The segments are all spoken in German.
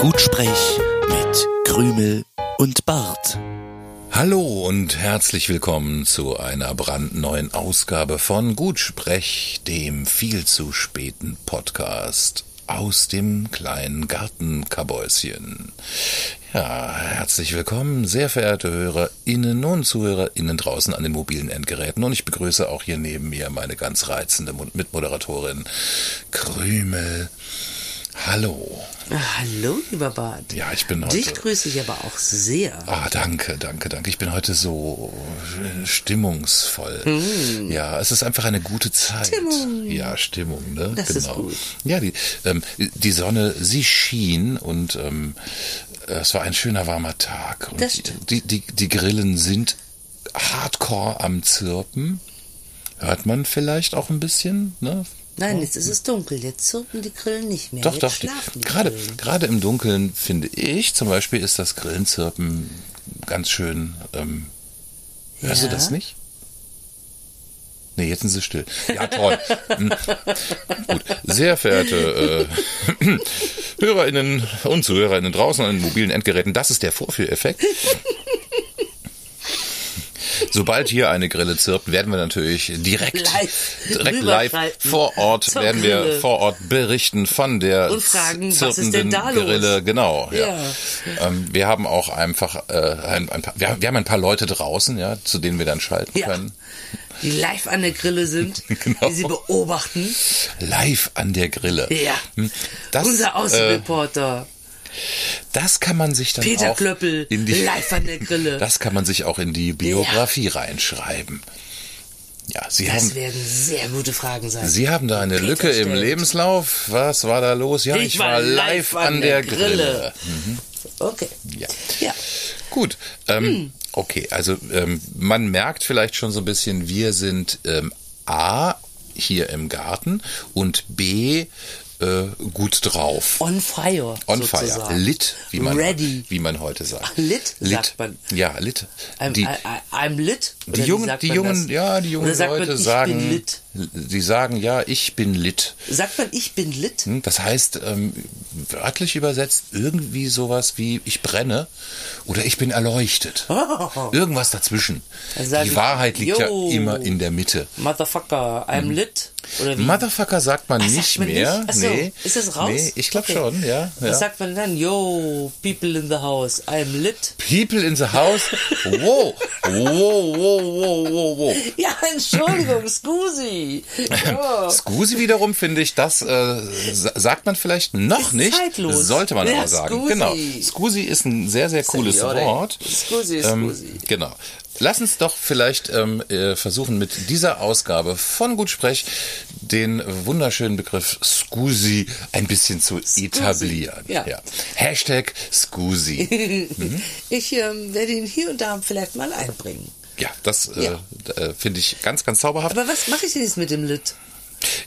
Gutsprech mit Krümel und Bart. Hallo und herzlich willkommen zu einer brandneuen Ausgabe von Gutsprech, dem viel zu späten Podcast aus dem kleinen Gartenkabäuschen. Ja, herzlich willkommen, sehr verehrte HörerInnen und ZuhörerInnen draußen an den mobilen Endgeräten. Und ich begrüße auch hier neben mir meine ganz reizende Mund- Mitmoderatorin Krümel. Hallo. Ah, Hallo, lieber Bart. Ja, ich bin heute- Dich grüße ich aber auch sehr. Ah, danke, danke, danke. Ich bin heute so äh, stimmungsvoll. Ja, es ist einfach eine gute Zeit. Hm. Stimmung. Ja, Stimmung, ne? Das ist gut. Ja, die, ähm, die Sonne, sie schien und ähm, es war ein schöner warmer Tag. Und Das die- stimmt. die, die, die Grillen sind hardcore am Zirpen. Hört man vielleicht auch ein bisschen, ne? Nein, jetzt ist es dunkel. Jetzt zirpen die Grillen nicht mehr. Doch, jetzt doch. Schlafen die Gerade, Grillen. gerade im Dunkeln finde ich zum Beispiel ist das Grillenzirpen ganz schön. Ähm, Hörst Ja. du das nicht? Nee, jetzt sind sie still. Ja, toll. Hm. Gut. Sehr verehrte äh, HörerInnen und ZuhörerInnen draußen an den mobilen Endgeräten, das ist der Vorführeffekt. Sobald hier eine Grille zirpt, werden wir natürlich direkt Live direkt live rüberschalten vor Ort zur werden wir Grille. vor Ort berichten von der Und fragen, z- was ist zirpenden denn da los? Grille. Genau. Ja. Ja. Ähm, wir haben auch einfach äh, ein, ein paar, wir, haben- wir haben ein paar Leute draußen, ja, zu denen wir dann schalten Ja. können. Die live an der Grille sind, Genau. die sie beobachten. Live an der Grille. Ja. Hm, Das, Unser äh, Außenreporter, das kann man sich dann Peter auch Klöppel, in die live an der Grille. Das kann man sich auch in die Biografie reinschreiben. Ja, Sie haben das werden sehr gute Fragen sein. Sie haben da eine Peter Lücke im stellt. Lebenslauf. Was war da los? Ja, ich, war live an der, Grille. Okay. Ja. Ja. Gut. Ähm, Okay, also ähm, man merkt vielleicht schon so ein bisschen, wir sind ähm, A hier im Garten und B äh, gut drauf. On fire. On sozusagen. fire. Lit, wie man, Ready. wie man heute sagt. Lit, sagt man. Ja, lit. I'm, Die- I, I, I'm lit. Oder die wie jungen, sagt die man jungen, das? ja, die jungen Oder sagt Leute man, ich sagen, Bin lit. die sagen, ja, ich bin lit. Sagt man, ich bin lit? Hm, Das heißt, ähm, wörtlich übersetzt, irgendwie sowas wie ich brenne oder ich bin erleuchtet. Oh. Irgendwas dazwischen. Dann sag Die ich, Wahrheit liegt yo. ja immer in der Mitte. Motherfucker, Hm. I'm lit? Oder wie? Motherfucker sagt man Ah, nicht sagt man mehr. Nicht? Ach so, Nee. Ist das raus? Nee, ich glaube schon, ja. Was ja. sagt man dann? Yo, people in the house, I'm lit. People in the house. Wow. Wow, wow, wow, wow, wow. Ja, Entschuldigung, Scusi. Oh. Ja. Scusi wiederum finde ich, das äh, sa- sagt man vielleicht noch Ist nicht, zeitlos. sollte man Ja, aber sagen. Scusi. Genau. Scusi ist ein sehr sehr cooles Signore. Wort. Scusi, Scusi. Ähm, genau. Lass uns doch vielleicht ähm, äh, versuchen mit dieser Ausgabe von Gutsprech den wunderschönen Begriff Scusi ein bisschen zu etablieren. Ja. Hashtag Scusi. Ich ähm, werde ihn hier und da vielleicht mal einbringen. Ja, das äh, Ja. d- äh, finde ich ganz, ganz zauberhaft. Aber was mache ich denn jetzt mit dem Lit?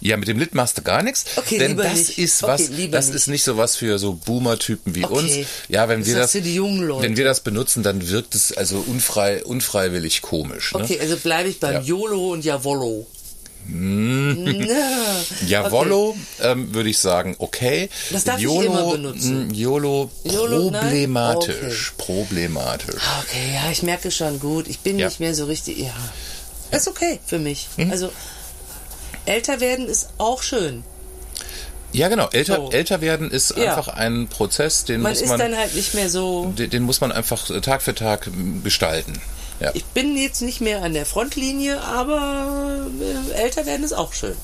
Ja, mit dem Lit machst du gar nichts. Okay, denn lieber das nicht. ist Okay, was, lieber das nicht. ist nicht so was für so Boomer-Typen wie Okay. uns. Ja, wenn Das wir ist was das, für die jungen Leute. wenn wir das benutzen, dann wirkt es also unfrei, unfreiwillig komisch. Ne? Okay, also bleibe ich beim Ja. Mhm. YOLO und Jawollo. Na, Jawollo, ähm, würde ich sagen, okay. Das darf ich YOLO, immer benutzen. mh, YOLO, YOLO, nein? problematisch. Problematisch. Okay. okay, ja, ich merke schon gut. Ich bin Ja. Mhm. nicht mehr so richtig. Ja. Ist okay für mich. Also, älter werden ist auch schön. Ja, genau. Älter, So. älter werden ist Oh. Ja. einfach ein Prozess, den Man muss ist man, dann halt nicht mehr so. den, den muss man einfach Tag für Tag mh, gestalten. Ja. Ich bin jetzt nicht mehr an der Frontlinie, aber äh, älter werden ist auch schön.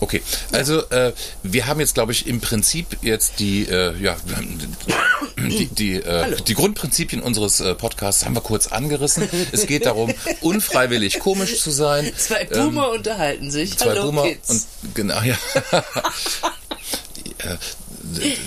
Okay, also äh, wir haben jetzt, glaube ich, im Prinzip jetzt die, äh, ja, die, die, äh, Hallo. die Grundprinzipien unseres äh, Podcasts haben wir kurz angerissen. Es geht darum, unfreiwillig komisch zu sein. Zwei Ähm, Boomer unterhalten sich. zwei Hallo Boomer Kids. und genau, ja. Äh,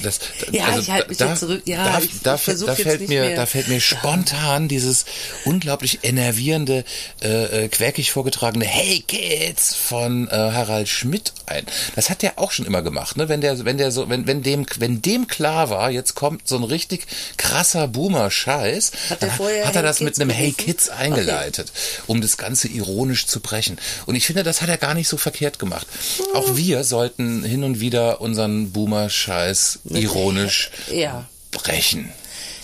Das, also Ja, ich halte mich jetzt zurück. Ja, da, ich- da, ich versuch da jetzt fällt nicht mir, mehr. da fällt mir spontan dieses unglaublich enervierende, äh, äh, quäkig vorgetragene Hey Kids von äh, Harald Schmidt ein. Das hat der auch schon immer gemacht, ne? Wenn der, wenn der so, wenn, wenn dem, wenn dem klar war, jetzt kommt so ein richtig krasser Boomer-Scheiß, Hat der dann vorher hat er Hey das mit Kids einem Hey gerufen? Kids eingeleitet, um das Ganze ironisch zu brechen. Und ich finde, das hat er gar nicht so verkehrt gemacht. Auch wir sollten hin und wieder unseren Boomer-Scheiß Eis ironisch Ja, brechen.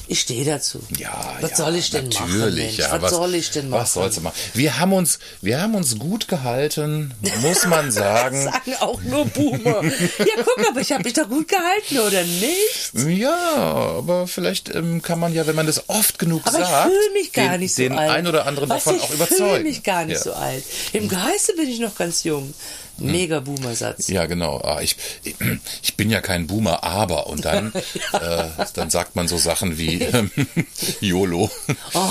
ich stehe dazu. Ja, was ja, soll ich denn machen? natürlich, Mensch? Ja, was, soll ich denn machen? Was sollst du machen? Wir haben uns, wir haben uns gut gehalten, muss man sagen. Sagen auch nur Boomer. ja, guck, aber ich habe mich doch gut gehalten, oder nicht? ja, aber vielleicht ähm, kann man ja, wenn man das oft genug Aber sagt, ich fühle mich gar den, nicht so den alt. einen oder anderen Weißt davon du, auch Ich fühle überzeugen. mich gar nicht ja. Hm. so alt. Im Geiste bin ich noch ganz jung. Mega Boomer-Satz. Ja, genau. Ah, ich, ich bin ja kein Boomer, aber und dann, äh, dann sagt man so Sachen wie ähm, YOLO. Oh,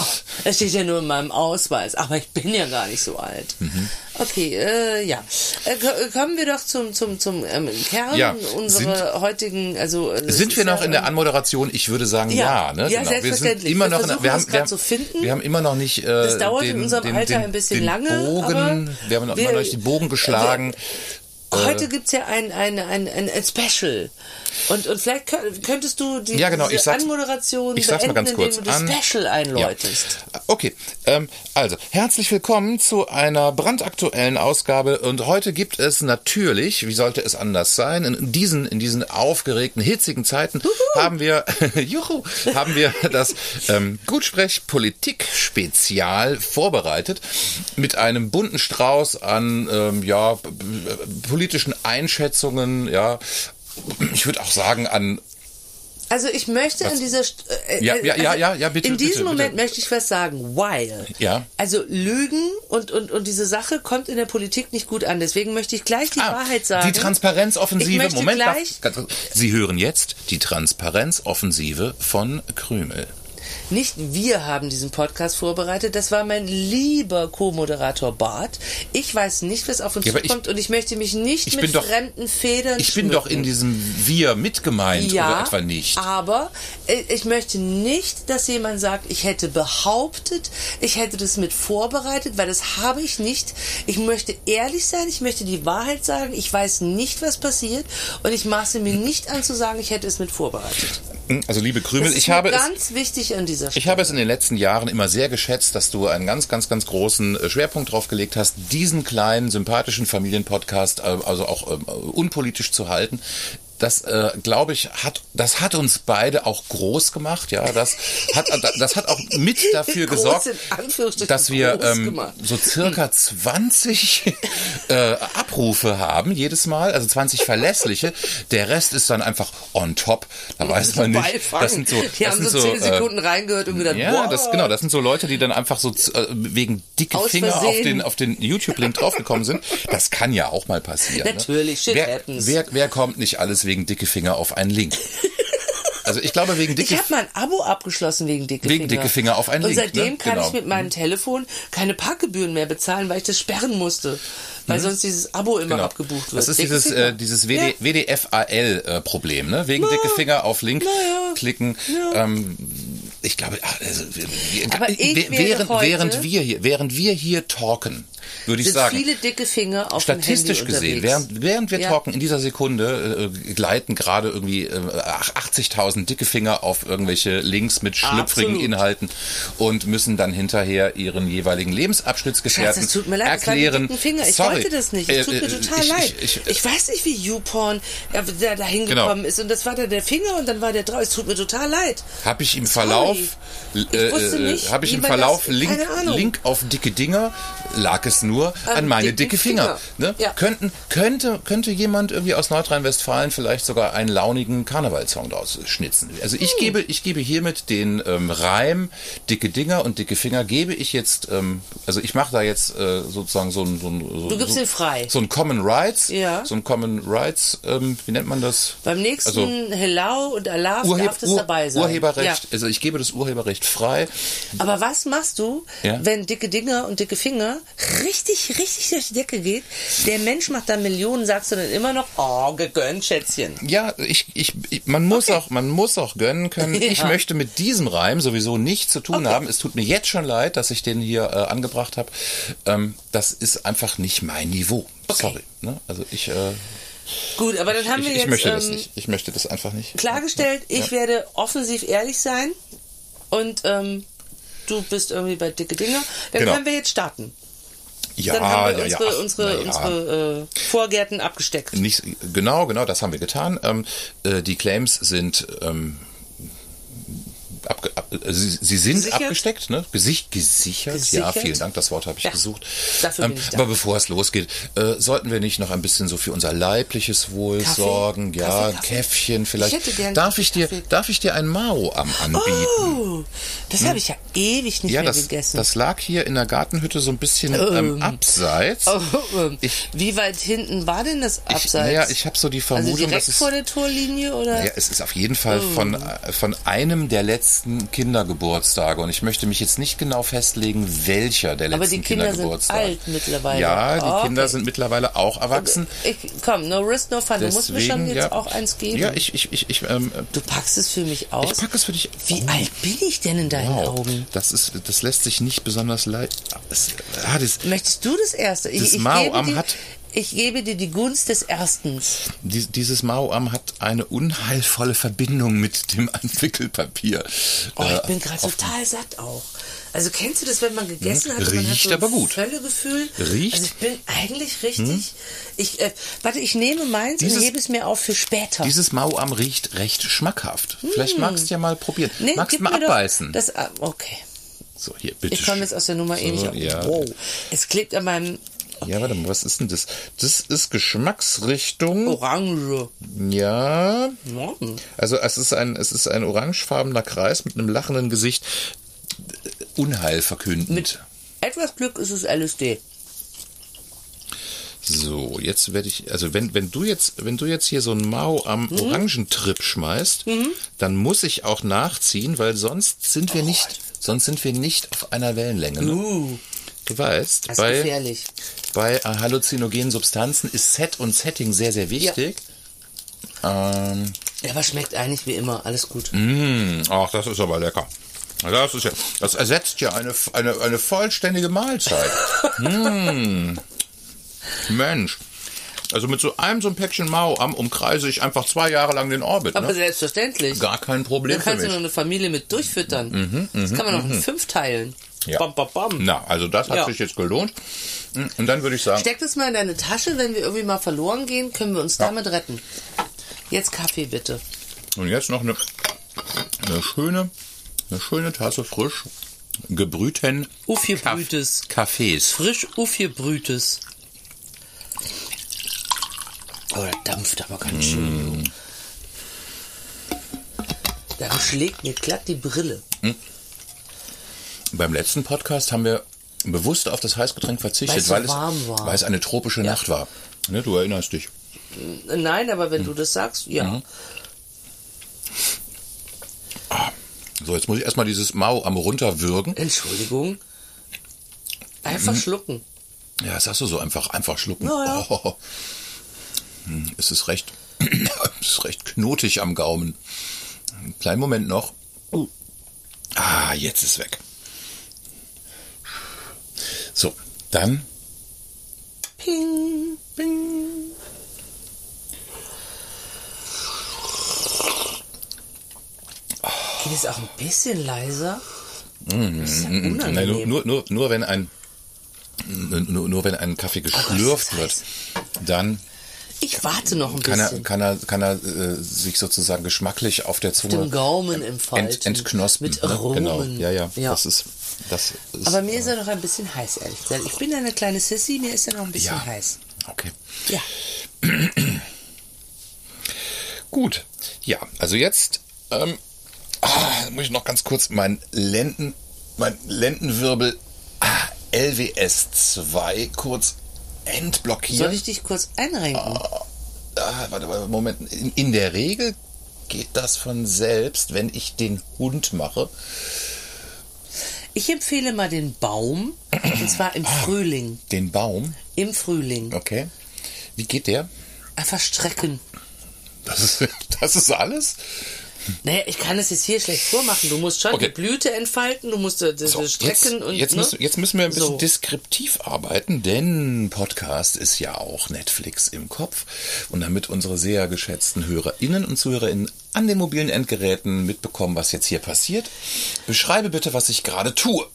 es steht ja nur in meinem Ausweis, aber ich bin ja gar nicht so alt. Mhm. Okay, äh, ja. Äh, ko- kommen wir doch zum, zum, zum ähm, Kern Ja, unserer heutigen, also äh, es Sind wir ist ja, noch in der ähm, Anmoderation? Ich würde sagen, ja. Ja. ne? Ja, Wir sind selbstverständlich. immer Wir noch in, versuchen wir, das haben, wir, grad haben, zu finden. wir haben immer noch nicht. Äh, Das dauert in den, unserem den, Alter den, ein bisschen den lange, Bogen, aber wir haben noch wir- immer noch nicht den Bogen geschlagen. Heute gibt's ja ein, ein, ein, ein, ein Special. Und, und vielleicht kö- könntest du die Ja, genau, diese ich sag's- Anmoderation ich sag's mal beenden, ganz kurz. indem du An- das Special einläutest. Ja. Okay, ähm, also herzlich willkommen zu einer brandaktuellen Ausgabe und heute gibt es natürlich, wie sollte es anders sein, in diesen in diesen aufgeregten, hitzigen Zeiten haben wir, juhu, haben wir das ähm, Gutsprech-Politik-Spezial vorbereitet mit einem bunten Strauß an ähm, ja, b- b- politischen Einschätzungen, ja, ich würde auch sagen an Also ich möchte an dieser St- äh, Ja, äh, ja, ja, also ja, ja, bitte, In diesem bitte, Moment bitte. möchte ich was sagen, weil Ja. also Lügen und, und, und diese Sache kommt in der Politik nicht gut an. Deswegen möchte ich gleich die Ah, Wahrheit sagen. Die Ich Transparenzoffensive. möchte Moment, darf- gleich Sie hören jetzt die Transparenzoffensive von Krümel. Nicht wir haben diesen Podcast vorbereitet, das war mein lieber Co-Moderator Bart. Ich weiß nicht, was auf uns Ja, aber ich- zukommt und ich möchte mich nicht Ich mit bin doch- fremden Federn Ich bin doch in schmücken. diesem Wir mitgemeint ja, Ah. oder etwa nicht. aber äh, ich möchte nicht, dass jemand sagt, ich hätte behauptet, ich hätte das mit vorbereitet, weil das habe ich nicht. Ich möchte ehrlich sein, ich möchte die Wahrheit sagen, ich weiß nicht, was passiert und ich maße mir nicht an zu sagen, ich hätte es mit vorbereitet. Also liebe Das Krümel, ist ich mir habe es ganz wichtig an dieser Stelle. Ich habe es in den letzten Jahren immer sehr geschätzt, dass du einen ganz, ganz, ganz großen äh, Schwerpunkt drauf gelegt hast, diesen kleinen, sympathischen Familienpodcast, äh, also auch ähm, äh, unpolitisch zu halten. Das, äh, glaube ich, hat das hat uns beide auch groß gemacht, ja. Das hat äh, das hat auch mit dafür Groß gesorgt, in Anführungsstrichen dass wir groß ähm, gemacht. Hm. so circa 20 äh, Abrufe haben jedes Mal, also 20 verlässliche. Der Rest ist dann einfach on top. Da weiß man nicht. Beifang. Das sind so, Die das haben sind so zehn äh, Sekunden reingehört und gedacht, ja, wow. das, genau, das sind so Leute, die dann einfach so z- äh, wegen dicke Aus Finger auf Versehen. den, auf den YouTube-Link draufgekommen sind. Das kann ja auch mal passieren. Natürlich, ne? shit wer, happens. wer, wer kommt nicht alles wegen dicke Finger auf einen Link? Also ich glaube, wegen Ich dicke habe mal ein Abo abgeschlossen wegen dicke Wegen Finger. dicke Finger auf einen Und Link, seitdem ne? kann Genau. ich mit meinem Telefon keine Parkgebühren mehr bezahlen, weil ich das sperren musste. Weil sonst dieses Abo immer abgebucht wird. Mhm. genau. Das ist Dicke dieses, Finger. äh, dieses WD, WDFAL-Problem, ne? Wegen dicke Finger auf Link na ja. klicken. Ja. Ähm, ich glaube, ah, also, wir- wir- Aber ich we- werde während, während heute- wir hier, während wir hier talken, würde ich sind sagen, viele dicke Finger auf statistisch dem Handy gesehen, unterwegs. während, während wir Ja. talken, in dieser Sekunde äh, gleiten gerade irgendwie äh, ach- 80.000 dicke Finger auf irgendwelche Links mit schlüpfrigen Absolut. Inhalten und müssen dann hinterher ihren jeweiligen Lebensabschnittsgefährten Schatz, das tut mir leid, erklären. das war mit dicken Finger. Ich sorry, wollte das nicht. Es äh, tut mir äh, total ich, leid. Ich, ich, Ich weiß nicht, wie YouPorn äh, da, da hingekommen Genau. ist. Und das war dann der Finger und dann war der drauf. Es tut mir total leid. Habe ich im Sorry. Verlauf, Ich äh, wusste äh, nicht, habe ich wie im man das- Verlauf Link, keine Ahnung. Link auf dicke Dinger, lag es nur an, An meine dicken dicke Finger. Finger. Ne? Ja. Könnten, könnte, könnte jemand irgendwie aus Nordrhein-Westfalen vielleicht sogar einen launigen Karnevalssong draus schnitzen. Also Hm. ich gebe, ich gebe hiermit den ähm, Reim dicke Dinger und dicke Finger gebe ich jetzt, ähm, also ich mache da jetzt äh, sozusagen so ein, so ein so, Du gibst so, den frei. so ein Common Rights, Ja. so ein Common Rights, ähm, wie nennt man das? Beim nächsten Also- Hello und Allah darf das Ur- dabei sein. Urheberrecht, Ja. also ich gebe das Urheberrecht frei. Aber was machst du, Ja. wenn dicke Dinger und dicke Finger richtig, richtig durch die Decke geht? Der Mensch macht da Millionen, sagst du dann immer noch, oh, gegönnt, Schätzchen. Ja, ich, ich, ich man muss auch, man muss auch gönnen können. Ich Ja. möchte mit diesem Reim sowieso nichts zu tun haben. Es tut mir jetzt schon leid, dass ich den hier äh, angebracht habe. Ähm, das ist einfach nicht mein Niveau. Sorry. Ne? Also ich, äh, Gut, aber dann haben ich, wir ich jetzt möchte das ähm, nicht. Ich möchte das einfach nicht. klargestellt, ich werde offensiv ehrlich sein und ähm, du bist irgendwie bei dicke Dinger. Dann Genau. können wir jetzt starten. Ja, Dann haben wir ja, ja, unsere, ach, unsere, na ja. unsere äh, Vorgärten abgesteckt. Nicht, genau, genau, das haben wir getan. Ähm, äh, die Claims sind ähm, abge, ab, äh, sie, sie sind Gesichert? abgesteckt, ne? Gesicht gesichert. Ja, Gesichert? vielen Dank, das Wort habe ich Ja, gesucht. Ähm, dafür bin ich da. Aber bevor es losgeht, äh, sollten wir nicht noch ein bisschen so für unser leibliches Wohl Kaffee? sorgen? Ja, Kaffee, ein Kaffee. Käffchen vielleicht. Ich hätte gern darf ich dir, Kaffee. darf ich dir ein Mao am anbieten? Oh, das habe ich ja ewig nicht Hm. Ja, mehr das, gegessen. das lag hier in der Gartenhütte so ein bisschen ähm, abseits. Oh, ähm, Ich- Wie weit hinten war denn das Abseits? Ich, naja, ich habe so die also Vermutung, direkt dass es vor der Torlinie oder? Naja, es ist auf jeden Fall Oh. von, äh, von einem der letzten Kindergeburtstage und ich möchte mich jetzt nicht genau festlegen, welcher der letzten Aber die Kinder sind Kindergeburtstage. alt mittlerweile. Ja, die Oh, okay. Kinder sind mittlerweile auch erwachsen. Ich, komm, no risk, no fun. Du musst mir schon Deswegen, jetzt ja, auch eins geben. Ja, ich, ich, ich, ich, ähm, du packst es für mich ich aus. pack es für dich. Wie Oh, alt bin ich denn in deinen Wow, Augen? das ist, das lässt sich nicht besonders leicht. Es- Ah, das, Möchtest du das erste? Ich, Das ich, Mao gebe am dir, hat- ich gebe dir die Gunst des Erstens. dies- dieses Mauam hat eine unheilvolle Verbindung mit dem Wickelpapier. Oh, ich bin gerade total satt auch. Also kennst du das, wenn man gegessen Äh, Hm, hat, und man hat riecht so aber gut. Völlegefühl. Riecht. Hm? Also ich bin eigentlich richtig. Ich äh, warte, ich nehme meins Dieses- und hebe es mir auf für später. Dieses Mauam riecht recht schmackhaft. Vielleicht magst du ja mal probieren. Hm. Nee, magst gib du mal mir doch abbeißen? Das, ah, okay. so, hier, bitte. Ich komme jetzt aus der Nummer eh nicht auf. ja. Wow. Es klebt an meinem Ja, warte mal, was ist denn das? Das ist Geschmacksrichtung. Oh. Orange. Ja. Morgen. Also es ist ein es ist ein orangefarbener Kreis mit einem lachenden Gesicht. Unheil verkündend. Mit etwas Glück ist es LSD. So, jetzt werde ich, also wenn, wenn du jetzt, wenn du jetzt hier so einen Mau am Hm? Orangentrip schmeißt, Mhm. dann muss ich auch nachziehen, weil sonst sind wir nicht, sonst sind wir nicht auf einer Wellenlänge. Ne? Uh, Du weißt, das ist bei, gefährlich. bei äh, halluzinogenen Substanzen ist Set und Setting sehr, sehr wichtig. Ähm, Ja, aber schmeckt eigentlich wie immer. Alles gut. Mhm. mh, ach, das ist aber lecker. Das, ist ja, das ersetzt ja eine, eine, eine vollständige Mahlzeit. Mmh. Mensch. Also mit so einem so einem Päckchen Mao am umkreise ich einfach zwei Jahre lang den Orbit. Aber Ne? selbstverständlich. Gar kein Da Problem für kannst du noch mich. Mhm, eine Familie mit durchfüttern. das kann man noch in fünf teilen. Ja. Bam, bam, bam. Na, also das hat Ja. sich jetzt gelohnt. Hm, Und dann würde ich sagen, Steck das mal in deine Tasche. Wenn wir irgendwie mal verloren gehen, können wir uns damit retten. Jetzt Kaffee bitte. Und jetzt noch eine, eine schöne, eine schöne Tasse frisch gebrühten Aufgebrühtes. Kaffees. Frisch aufgebrühtes. Oh, das dampft aber ganz schön. Mm. Da schlägt mir glatt die Brille. Beim letzten Podcast haben wir bewusst auf das Heißgetränk verzichtet, Weil es so weil, es, warm war. weil es eine tropische Nacht war. Ne, du erinnerst dich. Nein, aber wenn du das sagst, ja. So, jetzt muss ich erstmal dieses Mau am runterwürgen. Entschuldigung. Einfach schlucken. Ja, das sagst du so einfach, einfach schlucken. Ja, ja. Oh. Hm, Es ist recht, es ist recht knotig am Gaumen. Einen kleinen Moment noch. Ah, jetzt ist weg. So, dann Ping. Geht es auch ein bisschen leiser? Das ist ja unangenehm. Nein, nur, nur, nur, nur wenn ein nur, nur wenn ein Kaffee geschlürft Oh das wird, heißt- dann ich warte noch ein kann er, bisschen. kann er, kann er äh, sich sozusagen geschmacklich auf der Zunge Dem Gaumen entfalten. ent, entknospen. Mit ne? Aromen. Genau. Ja, ja, Ja. Das ist das ist, Aber mir ist er noch ein bisschen heiß, ehrlich gesagt. Ich bin ja eine kleine Sissy, mir ist er noch ein bisschen Ja. heiß. Okay. Ja. Gut. Ja, also jetzt ähm, ah, muss ich noch ganz kurz mein Lenden, mein Lendenwirbel ah, LWS2 kurz Soll entblockieren. ich dich kurz einrenken? Ah, warte, warte, Moment. In, in der Regel geht das von selbst, wenn ich den Hund mache. Ich empfehle mal den Baum, und zwar im Ah. Frühling. Den Baum. Im Frühling. Okay. Wie geht der? Einfach strecken. Das ist, das ist alles? Naja, ich kann es jetzt hier schlecht vormachen. Du musst schon Okay. die Blüte entfalten, du musst äh, das So, strecken jetzt, und. jetzt, ne? müssen, jetzt müssen wir ein bisschen So. deskriptiv arbeiten, denn Podcast ist ja auch Netflix im Kopf. Und damit unsere sehr geschätzten HörerInnen und ZuhörerInnen an den mobilen Endgeräten mitbekommen, was jetzt hier passiert, beschreibe bitte, was ich gerade tue.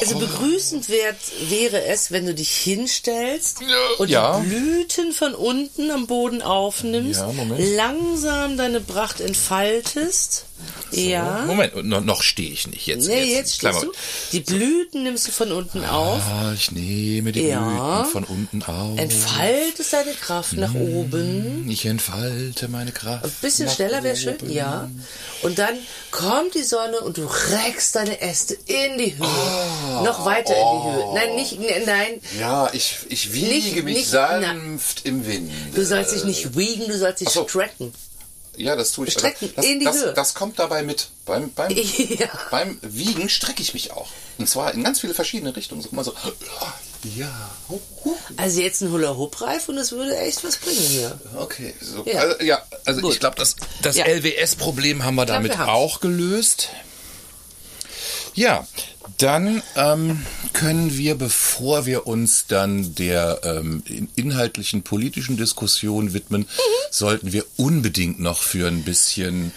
Also begrüßenswert wäre es, wenn du dich hinstellst und ja. die Blüten von unten am Boden aufnimmst, Ja, Moment. langsam deine Pracht entfaltest. ja. Moment, und noch, noch stehe ich nicht. Jetzt, Nee, jetzt Kleiner stehst du. Moment. Die Blüten nimmst du von unten auf, Ah, ich nehme die Ja. Blüten von unten auf. entfaltest deine Kraft nach oben. ich entfalte meine Kraft. Ein bisschen Mhm. nach schneller wäre schön, oben. ja. Und dann kommt die Sonne und du reckst deine Äste in die Höhe. Ah. Noch weiter in Oh. die Höhe. Nein, nicht, nee, nein, Ja, ich, ich wiege Nicht- mich nicht- sanft im Wind. du sollst dich nicht wiegen, du sollst dich so. strecken. Ja, das tue ich. Strecken das, in die das, Höhe. das kommt dabei mit. Beim, beim, Ja. beim Wiegen strecke ich mich auch. Und zwar in ganz viele verschiedene Richtungen. So, immer so. Ja. Also jetzt ein Hula-Hoop-Reif und das würde echt was bringen hier. Okay. So. Ja. Also, ja, also Gut. ich glaube, das, das Ja. LWS-Problem haben wir glaub, damit wir haben's. auch gelöst. Ja, dann ähm, können wir, bevor wir uns dann der ähm, in- inhaltlichen politischen Diskussion Mhm. widmen, sollten wir unbedingt noch für ein bisschen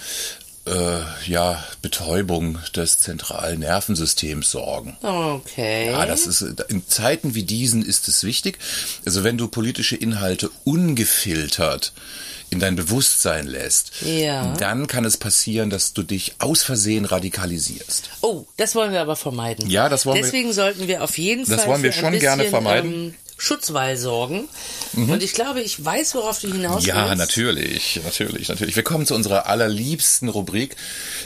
äh, ja, Betäubung des zentralen Nervensystems sorgen. Okay. Ja, Ah, das ist äh, in Zeiten wie diesen ist es wichtig. Also wenn du politische Inhalte ungefiltert in dein Bewusstsein lässt, Ja. dann kann es passieren, dass du dich aus Versehen radikalisierst. Oh, das wollen wir aber vermeiden. Ja, das wollen wir- Deswegen sollten wir auf jeden Das Fall wollen wir für ein schon bisschen, gerne vermeiden. Mhm. Ähm, Schutzwall sorgen. Und ich glaube, ich weiß, worauf du hinaus willst. Ja, natürlich, natürlich, natürlich. Wir kommen zu unserer allerliebsten Rubrik,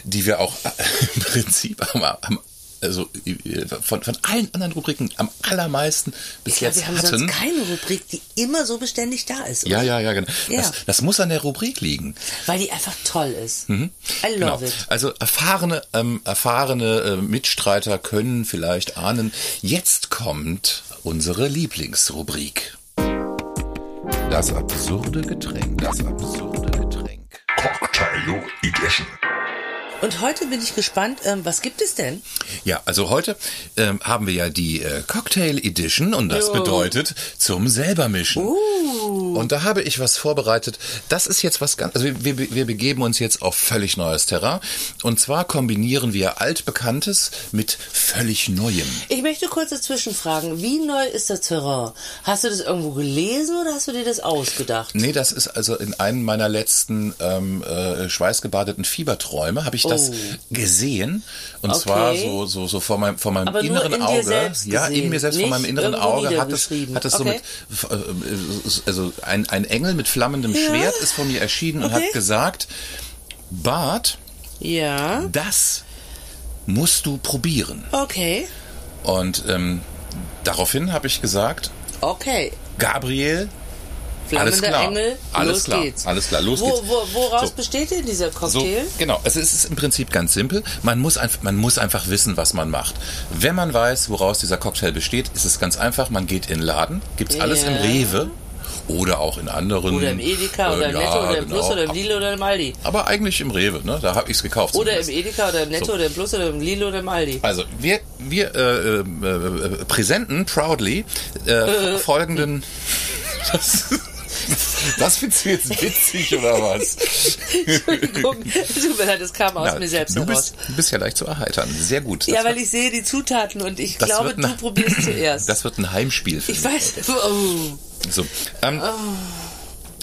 die wir auch äh, im Prinzip am, am also äh, von, von allen anderen Rubriken am allermeisten bis Ich glaube, jetzt wir haben hatten. sonst keine Rubrik, die immer so beständig da ist. ja, ja, ja, genau. Ja. Das, das muss an der Rubrik liegen. Weil die einfach toll ist. Mhm. I love it. Also erfahrene, ähm, erfahrene äh, Mitstreiter können vielleicht ahnen, jetzt kommt unsere Lieblingsrubrik. Das absurde Getränk. Das absurde Getränk. Cocktail Edition. Und heute bin ich gespannt, ähm, was gibt es denn? Ja, also heute ähm, haben wir ja die äh, Cocktail Edition und das bedeutet zum selbermischen. Und da habe ich was vorbereitet. Das ist jetzt was ganz, also wir, wir, wir begeben uns jetzt auf völlig neues Terrain. Und zwar kombinieren wir altbekanntes mit völlig neuem. Ich möchte kurz dazwischen fragen, wie neu ist das Terrain? Hast du das irgendwo gelesen oder hast du dir das ausgedacht? Nee, das ist also in einem meiner letzten ähm, äh, schweißgebadeten Fieberträume habe ich das Oh. gesehen und Okay. zwar so so so vor meinem vor meinem Aber nur inneren in dir Auge, selbst ja, in gesehen, mir selbst vor nicht meinem inneren irgendwo Auge hat es niedergeschrieben. hat es Okay. so mit äh, also ein ein Engel mit flammendem Schwert ist vor mir erschienen und Okay. hat gesagt, Bart, Ja. das musst du probieren Okay. und ähm, daraufhin habe ich gesagt, Okay. Gabriel, Flammender klar. Engel, Alles los klar. geht's. Alles klar, los wo, geht's. Wo, woraus So. besteht denn dieser So, Cocktail? genau. Es ist, es ist im Prinzip ganz simpel. Man muss, einf man muss einfach wissen, was man macht. Wenn man weiß, woraus dieser Cocktail besteht, ist es ganz einfach. Man geht in den Laden, gibt's alles im Ja. Rewe oder auch in anderen. Oder im Edeka oder im ja, Netto oder im genau. Plus oder im Lidl oder im Aldi? Aber eigentlich im Rewe, ne? Da habe ich's gekauft. Oder im zumindest. Edeka oder im Netto oder im Plus oder im Lidl oder im Aldi? Also wir, wir äh, äh, äh, präsenten proudly äh, hm. folgenden. Das, das findest du jetzt witzig oder was? Entschuldigung, tut mir leid, das kam aus Ja, mir selbst du, heraus. bist, du bist ja leicht zu erheitern. Sehr gut. Ja, Das weil ich sehe die Zutaten und ich Das glaube, wird eine- du probierst zuerst. Das wird ein Heimspiel für ich mich. weiß. Oh. So, ähm,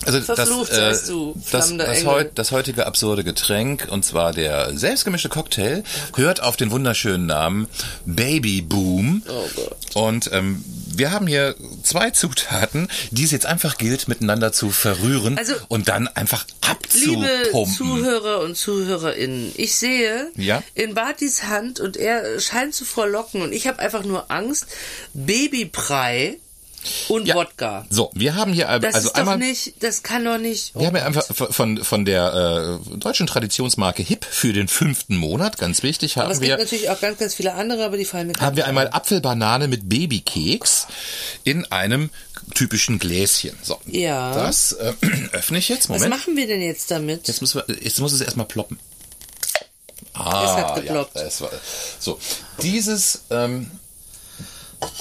also Verflucht das, seist du, das, flammender das, Engel. heut, das heutige absurde Getränk, und zwar der selbstgemischte Oh Cocktail, hört auf den wunderschönen Namen Baby Boom. Oh Gott. Und ähm, wir haben hier zwei Zutaten, die es jetzt einfach gilt, miteinander zu verrühren Also- und dann einfach Liebe abzupumpen. Zuhörer und Zuhörerinnen, ich sehe Ja? in Bartis Hand und er scheint zu verlocken und ich habe einfach nur Angst. Babybrei und Wodka. So, wir haben hier Das also ist doch einmal nicht, das kann doch nicht. Oh, Wir haben ja einfach von, von der äh, deutschen Traditionsmarke HIP für den fünften Monat, ganz wichtig, aber es haben gibt wir, natürlich auch ganz, ganz viele andere, aber die fallen mir gerade haben wir nicht einmal ein. Apfelbanane mit Babykeks in einem typischen Gläschen. So, Ja. das äh, öffne ich jetzt. Was Moment. machen wir denn jetzt damit? Jetzt, müssen wir, jetzt muss es erstmal ploppen. Ah, hat geploppt. Ja, es war, so, dieses, ähm,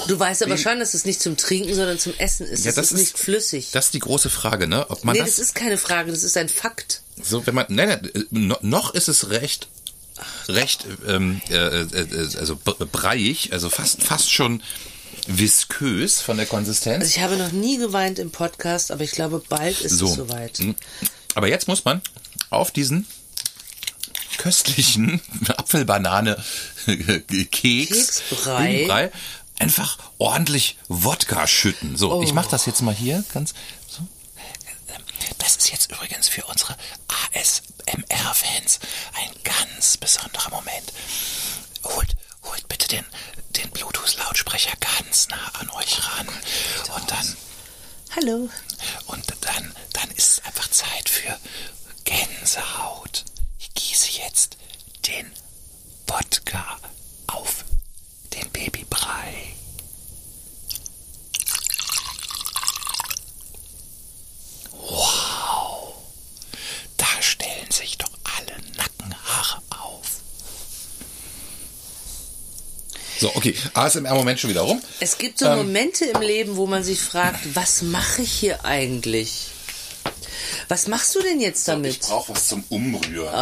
du weißt aber schon, dass es nicht zum Trinken, sondern zum Essen ist. ja, es das ist nicht flüssig. Das ist die große Frage, ne? Ob man nee, das das, ist keine Frage, das ist ein Fakt. so, wenn man, nein, nein, äh, no- noch ist es recht recht, ähm, äh, äh, also b- breiig, also fast, fast schon viskös von der Konsistenz. Also ich habe noch nie geweint im Podcast, aber ich glaube, bald ist es soweit. Hm. Aber jetzt muss man auf diesen köstlichen Apfel-Banane-Keks, Keksbrei. Grünbrei, einfach ordentlich Wodka schütten. So, ich Oh. mache das jetzt mal hier ganz so. Äh, Das ist jetzt übrigens für unsere ASMR-Fans ein ganz besonderer Moment. Holt, holt bitte den, den Bluetooth-Lautsprecher ganz nah an euch ran Oh und dann Hallo. und dann, dann ist es einfach Zeit für Gänsehaut. Ich gieße jetzt den Wodka auf den Babybrei. Wow, da stellen sich doch alle Nackenhaare auf. So, okay, ASMR-Moment schon wieder rum. Es gibt Ähm. so Momente im Leben, wo man sich fragt, was mache ich hier eigentlich? Was machst du denn jetzt damit? brauche was zum Umrühren.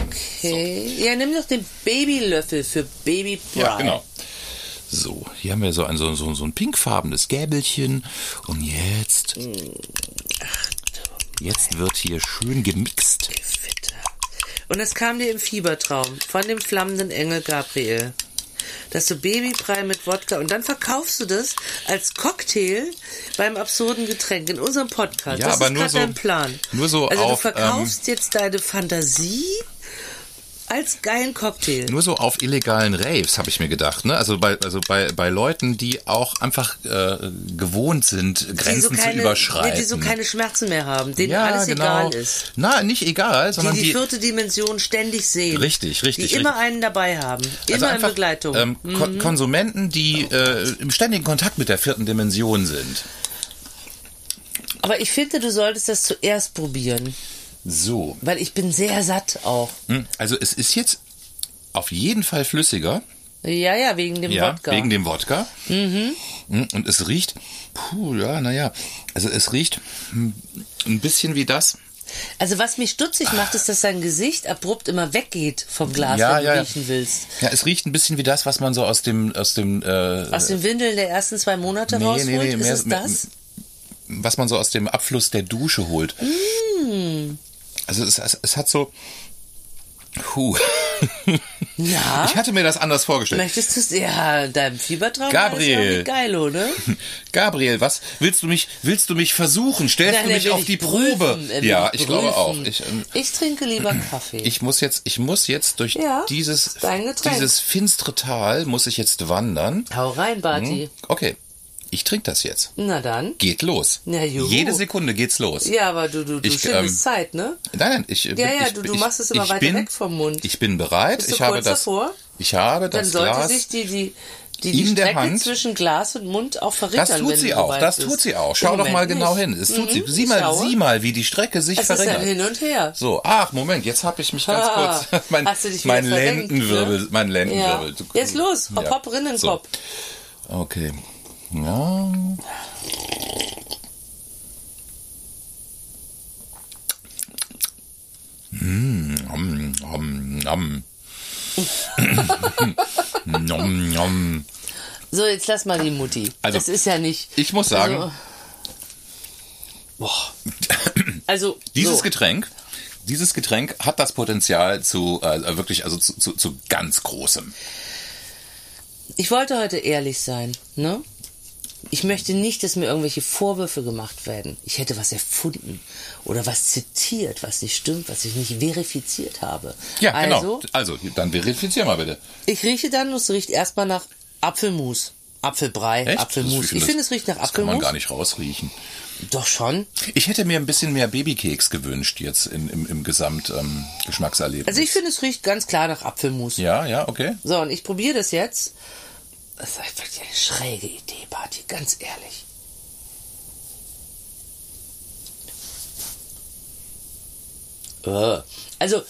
Okay. Ja, nimm doch den Babylöffel für Baby Pride. Ja, genau. So, hier haben wir so ein, so, so, so ein pinkfarbenes Gäbelchen. Und jetzt. Jetzt wird hier schön gemixt. Gewitter. Und das kam dir im Fiebertraum von dem flammenden Engel Gabriel. Dass du Babybrei mit Wodka und dann verkaufst du das als Cocktail beim absurden Getränk in unserem Podcast. Ja, das aber ist nur gerade so- dein Plan. nur so also auf, ähm, du verkaufst jetzt deine Fantasie als geilen Cocktail. Nur so auf illegalen Raves, habe ich mir gedacht. Ne? Also, bei, also bei, bei Leuten, die auch einfach äh, gewohnt sind, die Grenzen so zu keine, überschreiten. die so keine Schmerzen mehr haben, denen ja, alles genau. egal ist. Na, nicht egal, Die sondern die vierte Dimension ständig sehen. Richtig, richtig, Die immer einen dabei haben. Immer Also in Begleitung. Mhm. Ähm, Kon Konsumenten, die äh, im ständigen Kontakt mit der vierten Dimension sind. Aber ich finde, du solltest das zuerst probieren. So, Weil ich bin sehr satt auch. Hm, Also es ist jetzt auf jeden Fall flüssiger, Ja, ja, wegen dem ja, Wodka. Mhm. wegen dem Wodka. Hm, Und es riecht, puh, ja, naja, also es riecht hm, ein bisschen wie das. also was mich stutzig macht, ist, dass dein Gesicht abrupt immer weggeht vom Glas, Ja, wenn ja, du ja. riechen willst. Ja, es riecht ein bisschen wie das, was man so aus dem, aus dem, äh, Aus den Windeln der ersten zwei Monate Nee, nee, rausholt, nee, ist mehr- es mehr- das? was man so aus dem Abfluss der Dusche holt. Mm. Also es, es, es hat so, puh. Ja? Ich hatte mir das anders vorgestellt. Möchtest du es? Ja, deinem Fiebertraum Gabriel. war das geilo, ne? Gabriel, was willst du mich, willst du mich versuchen? Stellst Nein, du er mich will auf dich die Probe? prüfen, er will Ja, dich ich glaube auch. prüfen. Ich, ähm, ich trinke lieber Kaffee. Ich muss jetzt, ich muss jetzt durch Ja, dieses, dein Getränk. dieses finstere Tal muss ich jetzt wandern. Hau rein, Barty. Okay, ich trinke das jetzt. Na dann. Geht los. Na, juhu. Jede Sekunde geht's los. Ja, aber du, du, du Ich, schindest ähm, Zeit, ne? Nein, nein, ich Ja, ja, ich, du- du ich, machst es immer ich weiter bin, weg vom Mund. Ich bin bereit. Bist du ich habe kurz das. davor? Ich habe Dann das sollte Glas. sich die, die, die, die in der Strecke Hand- zwischen Glas und Mund auch verringern. das tut wenn sie du auch, soweit das bist. tut sie auch. Im Schau doch Moment mal genau nicht. hin. Es tut sie. Mhm, Sieh ich mal, schaue. sieh mal, wie die Strecke sich Es ist verringert. ein Hin und Her. So, ach Moment, jetzt habe ich mich ganz Ah, kurz mein, hast du dich wieder mein verrenkt, Lendenwirbel, ne? mein Ja. Lendenwirbel. Du- Jetzt los, hopp, hopp, Rinnenkopf. So. Okay. Ja. Mm, nom, nom, nom. nom, nom. So, jetzt lass mal die Mutti. Also, das ist ja nicht. Ich muss sagen, Also, also Dieses so. Getränk, dieses Getränk hat das Potenzial zu äh, wirklich also zu, zu, zu ganz großem. ich wollte heute ehrlich sein, ne? Ich möchte nicht, dass mir irgendwelche Vorwürfe gemacht werden. Ich hätte was erfunden oder was zitiert, was nicht stimmt, was ich nicht verifiziert habe. Ja, also, genau. Also, dann verifizier mal bitte. Ich rieche dann, und es riecht erstmal nach Apfelmus. Apfelbrei, Echt? Das- Apfelmus. Ich finde, es riecht nach Das kann man Apfelmus. gar nicht rausriechen. Doch schon. Ich hätte mir ein bisschen mehr Babykeks gewünscht jetzt in, im, im Gesamt ähm, Geschmackserlebnis. Also ich finde, es riecht ganz klar nach Apfelmus. ja, ja, okay. So, und ich probiere das jetzt. Das ist einfach eine schräge Idee, Barty, ganz ehrlich. Äh. Also,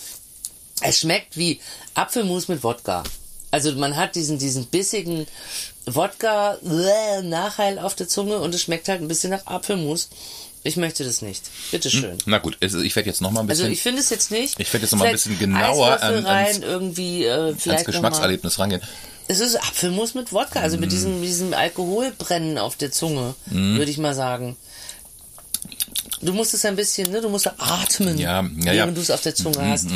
es schmeckt wie Apfelmus mit Wodka. Also man hat diesen, diesen bissigen Wodka äh, Nachhall auf der Zunge und es schmeckt halt ein bisschen nach Apfelmus. Ich möchte das nicht. Bitteschön. Na gut, es- Hm. ich werde jetzt noch mal ein Also bisschen ich finde es jetzt nicht. Ich werd jetzt noch mal ein Vielleicht bisschen genauer Eiswürfel an- rein, ans- irgendwie äh, ans vielleicht noch mal. Geschmackserlebnis rangehen. Es ist Apfelmus mit Wodka, also mit diesem, diesem Alkoholbrennen auf der Zunge, Mhm. würde ich mal sagen. Du musst es ein bisschen, ne? Du musst atmen, Ja, ja, ja. Mhm, während du es auf der Zunge hast.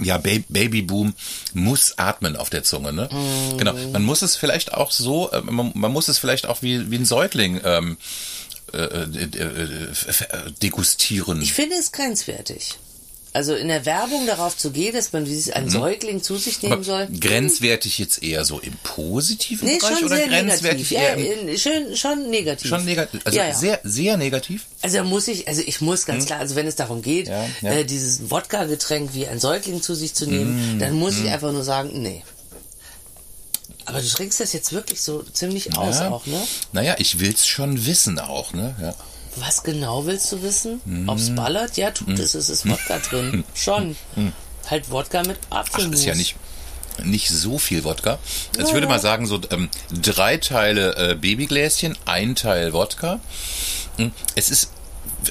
Ja, ba Babyboom muss atmen auf der Zunge, ne? Mm. Genau. Man muss es vielleicht auch so, äh, man, man muss es vielleicht auch wie, wie ein Säugling ähm, äh, äh, äh, f- äh, degustieren. Ich finde es grenzwertig. Also in der Werbung darauf zu gehen, dass man dieses Mhm. ein Säugling zu sich nehmen soll. grenzwertig jetzt eher so im positiven Nee, Bereich schon oder sehr grenzwertig negativ. Ja, eher im, in- schön, schon negativ. schon negativ, also ja, ja. sehr sehr negativ. Also da muss ich, also ich muss ganz klar, also wenn es darum geht, Hm? Ja, ja. Äh, dieses Wodka-Getränk wie ein Säugling zu sich zu Hm, nehmen, dann muss ich einfach nur sagen, nee. Aber du trinkst das jetzt wirklich so ziemlich aus Ja. auch, ne? Naja, ich will's schon wissen auch, ne? Ja. Was genau willst du wissen? Hm. Ob's ballert? Ja, tut es, es ist Wodka drin. Schon. Halt Wodka mit Apfelmus. Hm. Ach, ist ja nicht, nicht so viel Wodka. Also ich würde mal sagen, so ähm, drei Teile äh, Babygläschen, ein Teil Wodka. Mm, Es ist,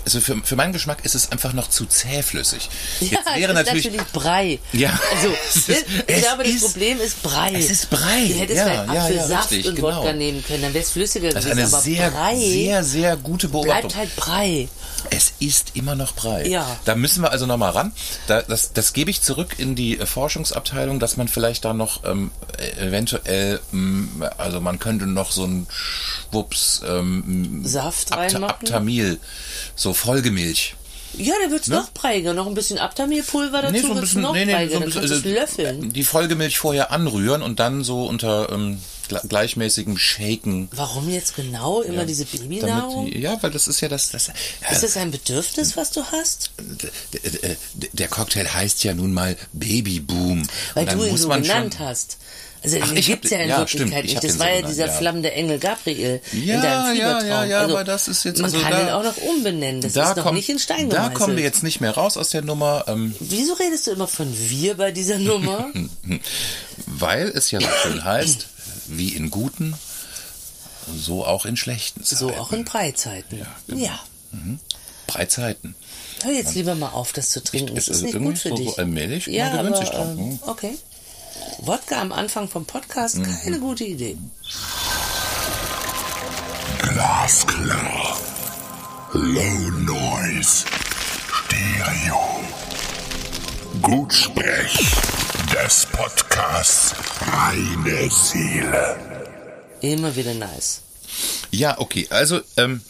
also für, für meinen Geschmack ist es einfach noch zu zähflüssig. Ja, Jetzt wäre es ist natürlich, natürlich Brei. Ja. Also, Es ist- ich es glaube, das ist- Problem ist Brei. Es ist Brei. Du hättest Ja, vielleicht ja, ja, Apfelsaft richtig, und genau. Wodka nehmen können, dann wäre es flüssiger das ist gewesen. eine aber sehr, Brei sehr, sehr gute Beobachtung. bleibt halt Brei. Es ist immer noch Brei. Ja. Da müssen wir also nochmal ran. Da, das, das gebe ich zurück in die äh, Forschungsabteilung, dass man vielleicht da noch ähm, äh, eventuell, ähm, also man könnte noch so einen Schwupps ähm, Saft Abta reinmachen? Abtamil, so Folgemilch. Ja, dann wird's noch breiger. Noch ein bisschen Abtamirpulver dazu, Ne? Nee, so wird's ein bisschen, noch nee, nee, breiger. so ein dann bisschen, kannst also, du es löffeln. die Folgemilch vorher anrühren und dann so unter ähm, gla- gleichmäßigem Shaken. Warum jetzt genau immer diese Babynahrung? Damit die, ja, weil das ist ja das, das ist das ein Bedürfnis, was du hast? D- d- d- der Cocktail heißt ja nun mal Babyboom. Weil Und dann du ihn muss so man genannt schon- hast. Also Ach, den ich hab gibt's ja in den- ja, Wirklichkeit stimmt, ich nicht. hab Das den war so ja genannt, dieser ja. flammende Engel Gabriel Ja, in deinem ja, Fiebertraum. ja, ja, also, aber das ist jetzt man also kann da- ihn auch noch umbenennen. Das Da, ist noch kommen- nicht in Stein da gemeißelt. kommen wir jetzt nicht mehr raus aus der Nummer, ähm, Wieso redest du immer von wir bei dieser Nummer? weil es ja so schön heißt, wie in guten, so auch in schlechten Zeiten. so auch in Breizeiten. Ja. genau. Breitzeiten. Hör jetzt lieber mal auf, das zu trinken. Ich- Das es Hm, ist ist nicht irgendwie gut für so- dich. so allmählich, ja, man gewöhnt aber, sich dran. ne? ähm, Okay. Wodka am Anfang vom Podcast, Mhm. keine gute Idee. Glasklar. Low Noise. Stereo. Gut Sprech. Des Podcasts Reine Seele. Immer wieder nice. Ja, okay. Also, ähm,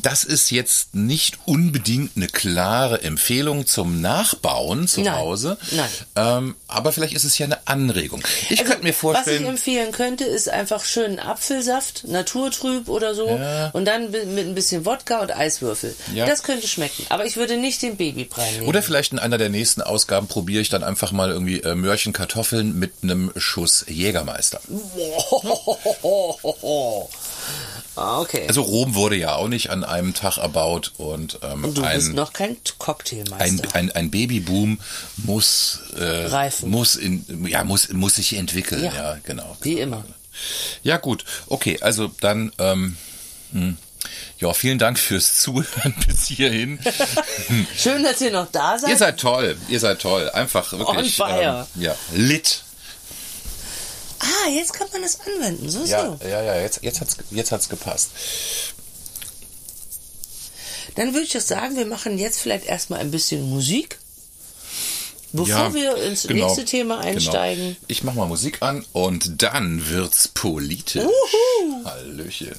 das ist jetzt nicht unbedingt eine klare Empfehlung zum Nachbauen zu Nein, Hause. nein. Also, Ähm, aber vielleicht ist es ja eine Anregung. Ich könnte mir Was ich vorstellen, empfehlen könnte, ist einfach schönen Apfelsaft, naturtrüb oder so. Ja. Und dann bi- mit ein bisschen Wodka und Eiswürfel. Ja. Das könnte schmecken. Aber ich würde nicht den Babybrei nehmen. oder vielleicht in einer der nächsten Ausgaben probiere ich dann einfach mal irgendwie äh, Möhrchen Kartoffeln mit einem Schuss Jägermeister. Ah, okay. Also Rom wurde ja auch nicht an einem Tag erbaut und ähm, du bist ein, noch kein ein, Cocktailmeister. ein, ein Babyboom muss äh, Reifen. muss in ja muss muss sich entwickeln ja, Ja. genau Wie immer. Ja, gut. Okay, also dann, ähm, hm. ja, vielen Dank fürs Zuhören bis hierhin. Schön, dass ihr noch da seid. ihr seid toll, ihr seid toll. Einfach wirklich. On fire. Ähm, ja, lit. ah, jetzt kann man das anwenden. So, Ja, so. ja, ja, jetzt, jetzt, hat's, jetzt hat's gepasst. Dann würde ich doch sagen, wir machen jetzt vielleicht erstmal ein bisschen Musik. Bevor ja, wir ins genau, nächste Thema genau. einsteigen. Ich mach mal Musik an und dann wird's politisch. Hallöchen.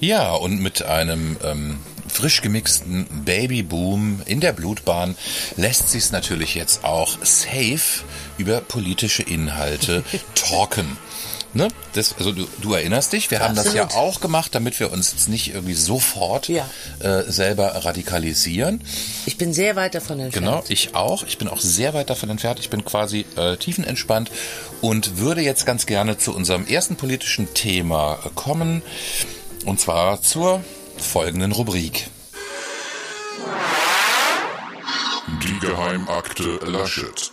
Ja, und mit einem ähm, frisch gemixten Babyboom in der Blutbahn lässt sich's natürlich jetzt auch safe über politische Inhalte talken. Ne? Das, also du, du erinnerst dich, wir haben das Absolut. ja auch gemacht, damit wir uns jetzt nicht irgendwie sofort Ja. äh, selber radikalisieren. Ich bin sehr weit davon entfernt. Genau, ich auch. Ich bin auch sehr weit davon entfernt. Ich bin quasi äh, tiefenentspannt und würde jetzt ganz gerne zu unserem ersten politischen Thema äh, kommen. Und zwar zur folgenden Rubrik. Die Geheimakte Laschet.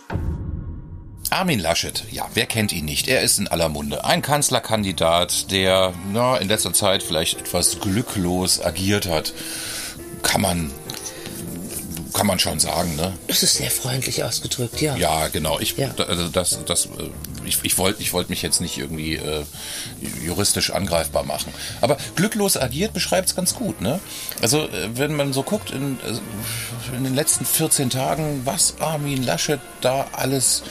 Armin Laschet, ja, wer kennt ihn nicht? Er ist in aller Munde. Ein Kanzlerkandidat, der na, in letzter Zeit vielleicht etwas glücklos agiert hat. Kann man, kann man schon sagen, ne? Das ist sehr freundlich ausgedrückt, ja. Ja, genau. Ich, Ja. da- also das, das, äh, ich, ich wollte ich wollt mich jetzt nicht irgendwie äh, juristisch angreifbar machen. Aber glücklos agiert beschreibt es ganz gut. Ne? Also äh, wenn man so guckt, in, also, in den letzten 14 Tagen, was Armin Laschet da alles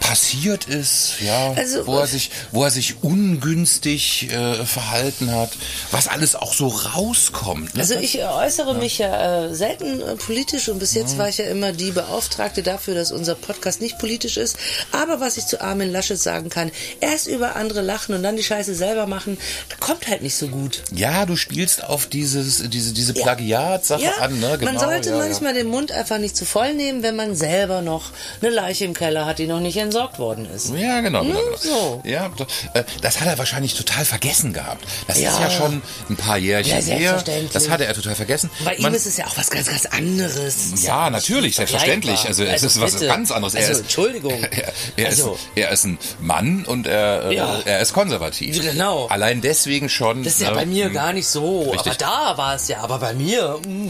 passiert ist, ja, Also- wo, er sich, wo er sich ungünstig äh, verhalten hat, was alles auch so rauskommt. Ne? Also ich äußere mich ja äh, selten äh, politisch und bis jetzt war ich ja immer die Beauftragte dafür, dass unser Podcast nicht politisch ist. Aber was ich zu Armin Laschet sagen kann, erst über andere lachen und dann die Scheiße selber machen, kommt halt nicht so gut. ja, du spielst auf dieses, diese, diese Plagiat-Sache Ja, an. Ne? Genau, man sollte ja, ja. manchmal den Mund einfach nicht zu voll nehmen, wenn man selber noch eine Leiche im Keller hat, die noch nicht entsorgt worden ist. Ja, genau. genau, genau. Hm, so. Ja, da- äh, das hat er wahrscheinlich total vergessen gehabt. Das ist Ja. ja schon ein paar Jährchen Ja, her. selbstverständlich. Das hatte er total vergessen. Bei ihm Man- ist es ja auch was ganz, ganz anderes. ja, natürlich, selbstverständlich. Also es ist was bitte. ganz anderes. Also, ist, Entschuldigung. Er, er, Also. ist, er ist ein Mann und er, äh, Ja. er ist konservativ. Genau. Allein deswegen schon. Das ist ja ne, bei mir mh. gar nicht so. Richtig. Aber da war es ja. Aber bei mir. mm.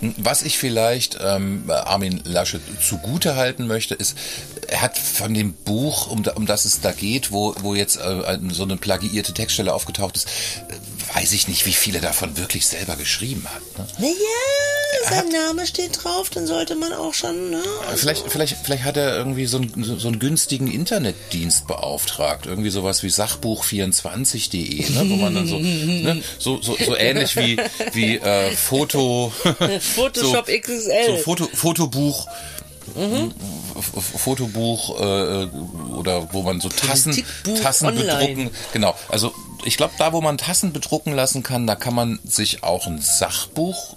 Mh. Was ich vielleicht ähm, Armin Laschet zugute halten möchte, ist, er hat von dem Buch, um, da- um das es da geht, wo, wo jetzt äh, ein- so eine plagiierte Textstelle aufgetaucht ist, äh, weiß ich nicht, wie viele davon wirklich selber geschrieben hat. Ne? Naja, sein Name steht drauf, dann sollte man auch schon. Ne? Vielleicht, vielleicht, vielleicht hat er irgendwie so einen, so so einen günstigen Internetdienst beauftragt. Irgendwie sowas wie Sachbuch24.de, ne? wo man dann so, ne? so, so, so ähnlich wie, wie äh, Foto. Photoshop so, XXL. So Foto, Fotobuch. Mhm. F- F- Fotobuch äh, oder wo man so Tassen, Politikbuch Tassen online. bedrucken. Genau. Also ich glaube, da wo man Tassen bedrucken lassen kann, da kann man sich auch ein Sachbuch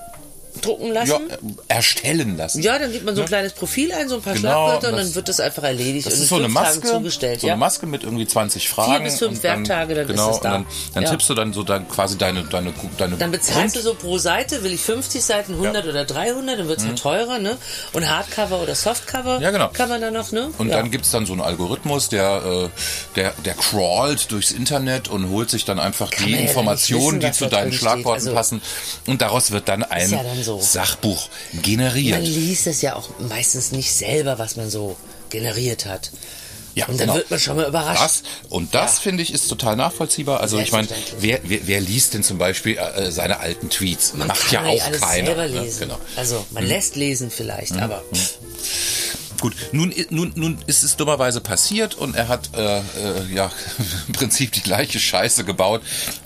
Drucken ja, äh, lassen. erstellen lassen. Ja, dann gibt man so ein kleines Profil ein, so ein paar Genau, Schlagwörter und das- dann wird das einfach erledigt Das und ist in so eine fünf Maske, Tagen zugestellt. so ja? eine Maske mit irgendwie 20 Fragen. bis fünf und dann- Werktage, dann ist genau, es da. Und dann, dann Ja. tippst du dann so dann quasi deine deine deine Dann bezahlst Grund- du so pro Seite, will ich 50 Seiten, 100 oder 300, dann wird's ja teurer, ne? Und Hardcover oder Softcover Mhm. Ja, genau. kann man dann noch, ne? Und ja. dann gibt's dann so einen Algorithmus, der, äh, der, der crawlt durchs Internet und holt sich dann einfach die man ja Informationen, nicht wissen, die was zu da deinen drin Schlagworten steht. Also- passen. Und daraus wird dann ein ja dann so. Sachbuch man generiert. liest es ja auch meistens nicht selber, was man so generiert hat. Ja, und dann genau. wird man schon mal überrascht. Das, und das, finde ich, ist total nachvollziehbar. Also ich meine, wer, Selbstverständlich. wer, wer liest denn zum Beispiel äh, seine alten Tweets? Man Macht kann ja nicht auch alles keiner. selber ne? lesen. Genau. Mhm. Also man lässt lesen vielleicht, aber Gut, nun, i- nun, nun ist es dummerweise passiert und er hat äh, äh, ja im Prinzip die gleiche Scheiße gebaut,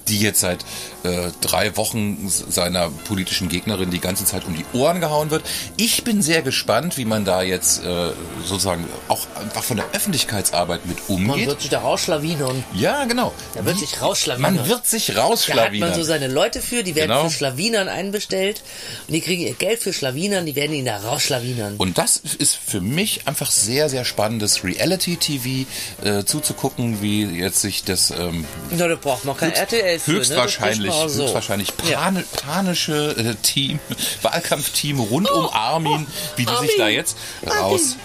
die jetzt seit äh, drei Wochen s- seiner politischen Gegnerin die ganze Zeit um die Ohren gehauen wird. Ich bin sehr gespannt, wie man da jetzt äh, sozusagen auch einfach von der Öffentlichkeitsarbeit mit man umgeht. wird sich da rausschlawinern. Ja, genau. Da wird Wie- sich rausschlawinern. Man wird sich Da hat man rausschlawinern. so seine Leute für, die werden Genau. für Schlawinern einbestellt und die kriegen ihr Geld für Schlawinern, die werden ihn da rausschlawinern. Und das ist für mich einfach sehr, sehr spannendes Reality-TV äh, zuzugucken, wie jetzt sich das ähm, Na, da braucht man kein RTL für, höchstwahrscheinlich, ne? Das ist mal so. höchstwahrscheinlich Ja. pan panische äh, Team, Wahlkampfteam rund um Armin, wie die sich Oh, Armin! da jetzt Armin! raus,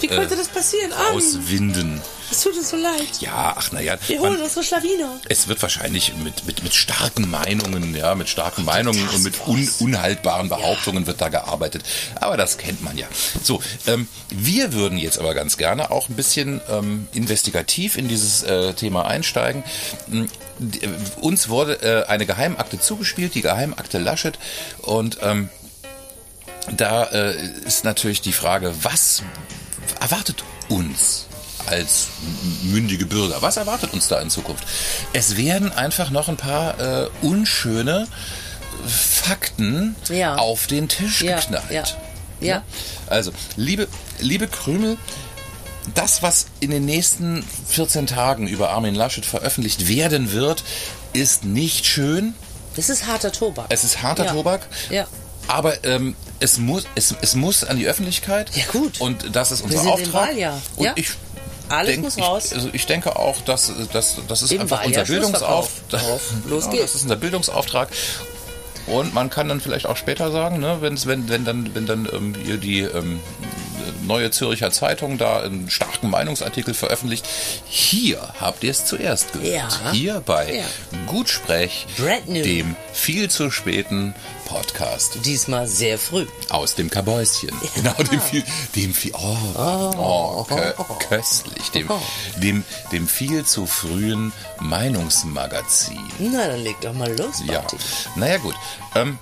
Wie konnte äh, das passieren? Armin, rauswinden. es tut uns so leid. Ja, ach naja, Wir holen unsere Schlawiner. es wird wahrscheinlich mit, mit, mit starken Meinungen, ja, mit starken Meinungen und mit un, unhaltbaren Behauptungen wird da gearbeitet. Aber das kennt man ja. So, ähm, wir würden jetzt aber ganz gerne auch ein bisschen ähm, investigativ in dieses äh, Thema einsteigen. M, d- äh, Uns wurde äh, eine Geheimakte zugespielt, die Geheimakte Laschet. Und ähm, da äh, ist natürlich die Frage, was erwartet uns als mündige Bürger? Was erwartet uns da in Zukunft? Es werden einfach noch ein paar äh, unschöne Fakten Ja. auf den Tisch Ja, geknallt. ja, ja. Also, liebe, liebe Krümel, das, was in den nächsten 14 Tagen über Armin Laschet veröffentlicht werden wird, ist nicht schön. Das ist harter Tobak. Es ist harter ja. Tobak. Ja. Aber ähm, es, muss, es, es muss an die Öffentlichkeit. Ja, gut. Und das ist unser sind im Auftrag. Wahljahr. Und Ja. ich Alles denk, muss raus. Ich, also ich denke auch, dass, dass das ist Im einfach Wahljahr unser Bildungsauftrag. Schlussverkauf. Auf, los geht's. Das ist unser Bildungsauftrag. Und man kann dann vielleicht auch später sagen, ne, wenn's, wenn, wenn dann, wenn dann ähm, hier die ähm, Neue Zürcher Zeitung da einen starken Meinungsartikel veröffentlicht. Hier habt ihr es zuerst gehört. Ja. Hier bei Ja. Gutsprech, Brand new. dem viel zu späten Podcast Diesmal sehr früh. aus dem Kabäuschen. Genau, dem viel, dem viel, oh, oh, kö, köstlich, dem, dem, dem viel zu frühen Meinungsmagazin. Na, dann leg doch mal los, Ja, Barty. naja gut. Ähm,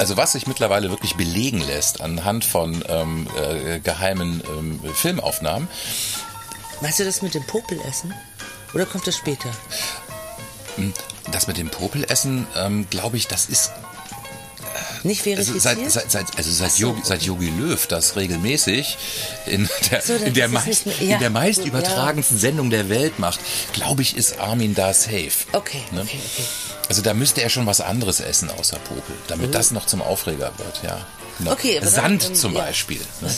also was sich mittlerweile wirklich belegen lässt anhand von ähm, äh, geheimen ähm, Filmaufnahmen, Meinst du das mit dem Popelessen? Oder kommt das später? das mit dem Popelessen, ähm, glaube ich, das ist Nicht also verifiziert? seit, seit, seit, also seit, so, Jogi, seit Jogi Löw das regelmäßig in der, So, dann in der, ist es meist, nicht mehr- ja. in der meist So, übertragensten Sendung der Welt macht, glaube ich, ist Armin da safe. Okay, Ne? okay, okay. Also da müsste er schon was anderes essen außer Popel, Oh. damit das noch zum Aufreger wird, ja. Ne? Okay, aber dann, Sand ähm, zum ja. Beispiel. Ne?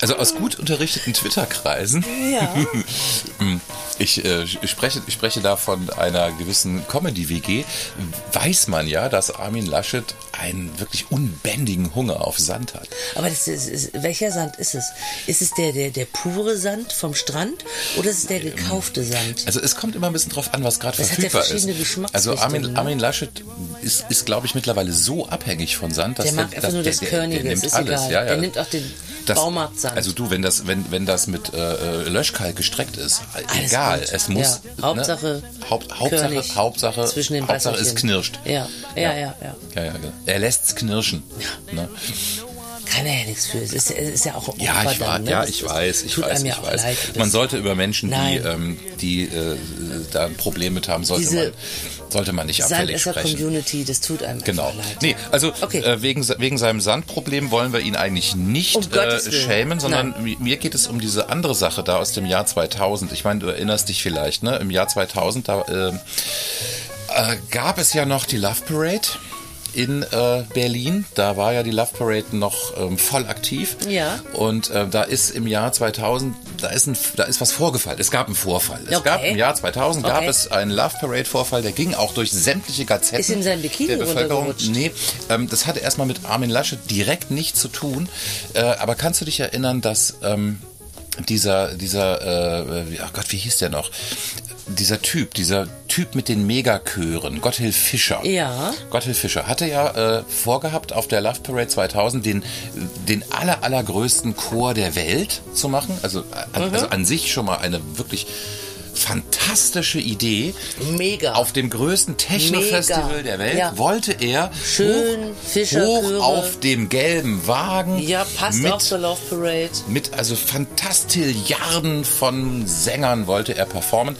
also aus gut unterrichteten Twitter-Kreisen Ja. ich, äh, ich spreche, ich spreche da von einer gewissen Comedy-WG. Weiß man ja, dass Armin Laschet einen wirklich unbändigen Hunger auf Sand hat. Aber das ist, ist, welcher Sand ist es? Ist es der, der, der pure Sand vom Strand oder ist es der gekaufte Sand? Also es kommt immer ein bisschen drauf an, was gerade hat ja verfügbar verschiedene ist. Also Geschmacksrichtungen, Armin, ne? Armin Laschet ist, ist glaube ich, mittlerweile so abhängig von Sand, dass Der mag einfach dass- nur das Körnige, der es nimmt ist alles. egal. Ja, ja. Der nimmt auch den das, Baumarktsand. Also du, wenn das, wenn, wenn das mit äh, äh, Löschkalk gestreckt ist, äh, Alles egal, gut. es muss. Ja. Hauptsache Ne? Haupt, Hauptsache, körnig. Hauptsache, Zwischen den Hauptsache es Wasserchen. knirscht. Ja, ja, ja, ja. Ja, ja, genau. Er lässt's knirschen. Ne? Kann er ja nichts für. Es ist, es ist ja auch ein Ja, Opfer ich, dann, weiß, ne? ja, Das ich ist- weiß, ich tut weiß, einem ja ich auch weiß. leid. Man sollte über Menschen, die, Nein. ähm, die äh, da ein Problem mit haben, sollte, Diese man, sollte man nicht abfällig sprechen. Community, das tut einem Genau. einfach leid. Nee, also Okay. äh, wegen, se- wegen seinem Sandproblem wollen wir ihn eigentlich nicht Um äh, Gottes Willen. schämen, sondern mi- mir geht es um diese andere Sache da aus dem Jahr 2000. Ich meine, du erinnerst dich vielleicht, ne? Im Jahr 2000, da ähm, äh, gab es ja noch die Love Parade in äh, Berlin. Da war ja die Love Parade noch ähm, voll aktiv. Ja. Und äh, da ist im Jahr 2000, da ist, ein, da ist was vorgefallen. Es gab einen Vorfall. Es Okay. gab im Jahr 2000 gab Okay. es einen Love Parade Vorfall, der ging auch durch sämtliche Gazetten. Ist ihm sein Bikini der Bevölkerung. runtergerutscht? Nee, ähm, das hatte erstmal mit Armin Laschet direkt nichts zu tun. Äh, aber kannst du dich erinnern, dass ähm, dieser, dieser, äh, wie- ach Gott, wie hieß der noch? Dieser Typ, dieser Typ mit den Megakören, Gotthilf Fischer. Ja. Gotthilf Fischer hatte ja äh, vorgehabt, auf der Love Parade 2000 den, den aller, allergrößten Chor der Welt zu machen. Also, an, Mhm. also an sich schon mal eine wirklich fantastische Idee. Mega. Auf dem größten Techno-Festival Mega. der Welt Ja. wollte er Schön, hoch, hoch Fischerchöre. auf dem gelben Wagen Ja, passt mit auch zur Love Parade. mit also Fantastilliarden von Sängern wollte er performen.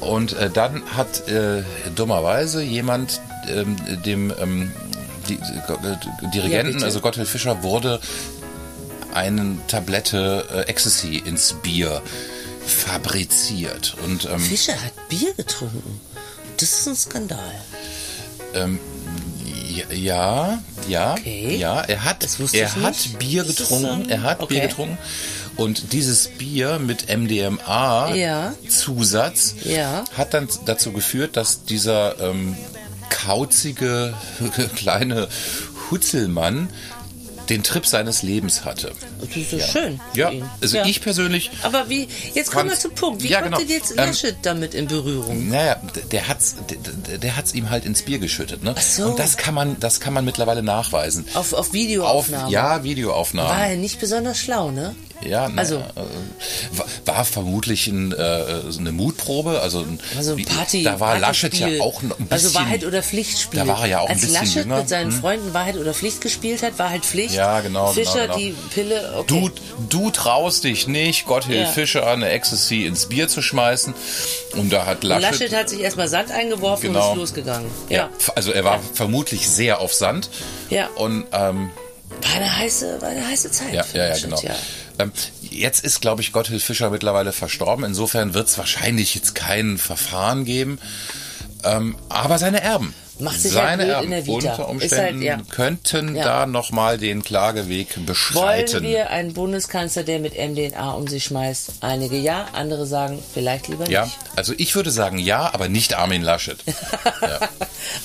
Und äh, dann hat äh, dummerweise jemand ähm, dem ähm, die, äh, Dirigenten, bitte. also Gotthilf Fischer, wurde eine Tablette äh, Ecstasy ins Bier fabriziert. Und ähm, Fischer hat Bier getrunken. Das ist ein Skandal. Ähm, ja, ja, ja, Okay. ja. Er hat, Das wusste er ich hat nicht. Bier Das ist, getrunken. ähm, Er hat Bier okay. getrunken. Und dieses Bier mit MDMA Ja. Zusatz Ja. hat dann dazu geführt, dass dieser ähm, kauzige kleine Hutzelmann den Trip seines Lebens hatte. Das ist so schön. für Ja, ihn. also Ja. ich persönlich Aber wie, jetzt kommen wir Fand's- zum Punkt. Wie Ja, kommt genau. denn jetzt Ähm, Laschet damit in Berührung? Naja, d- der hat's, d- d- der hat's ihm halt ins Bier geschüttet, ne? so. Und das kann man, das kann man mittlerweile nachweisen. Auf, auf Videoaufnahmen? Auf, ja, War Videoaufnahmen. er nicht besonders schlau, ne? Ja, na, Also- also war, war vermutlich ein, äh, so eine Mutprobe, also ein, Also ein Party. Da war Laschet Partyspiel. ja auch noch ein bisschen. Also Wahrheit oder Pflichtspiel. Da war er ja auch ein Als bisschen Laschet jünger. mit seinen Hm. Freunden Wahrheit oder Pflicht gespielt hat, war halt Pflicht. Ja, genau, genau, Fischer, genau. die Pille. Okay. Du, du traust dich nicht, Gotthilf Ja. Fischer eine Ecstasy ins Bier zu schmeißen. Und da hat Laschet. Laschet hat sich erstmal Sand eingeworfen Genau. und ist losgegangen. ja. Ja. Also er war vermutlich sehr auf Sand. Ja. Und ähm, War eine heiße, war eine heiße Zeit. Ja, für ja, ja, Laschet, genau. Ähm, jetzt ist, glaube ich, Gotthilf Fischer mittlerweile verstorben. Insofern wird es wahrscheinlich jetzt kein Verfahren geben. Ähm, aber seine Erben. Macht sich halt seine blöd Erben in der Vita. unter Ist halt, Umständen ja. könnten Ja. da nochmal den Klageweg beschreiten. Wollen wir einen Bundeskanzler, der mit MDNA um sich schmeißt? Einige ja, andere sagen vielleicht lieber ja, nicht. also ich würde sagen ja, aber nicht Armin Laschet.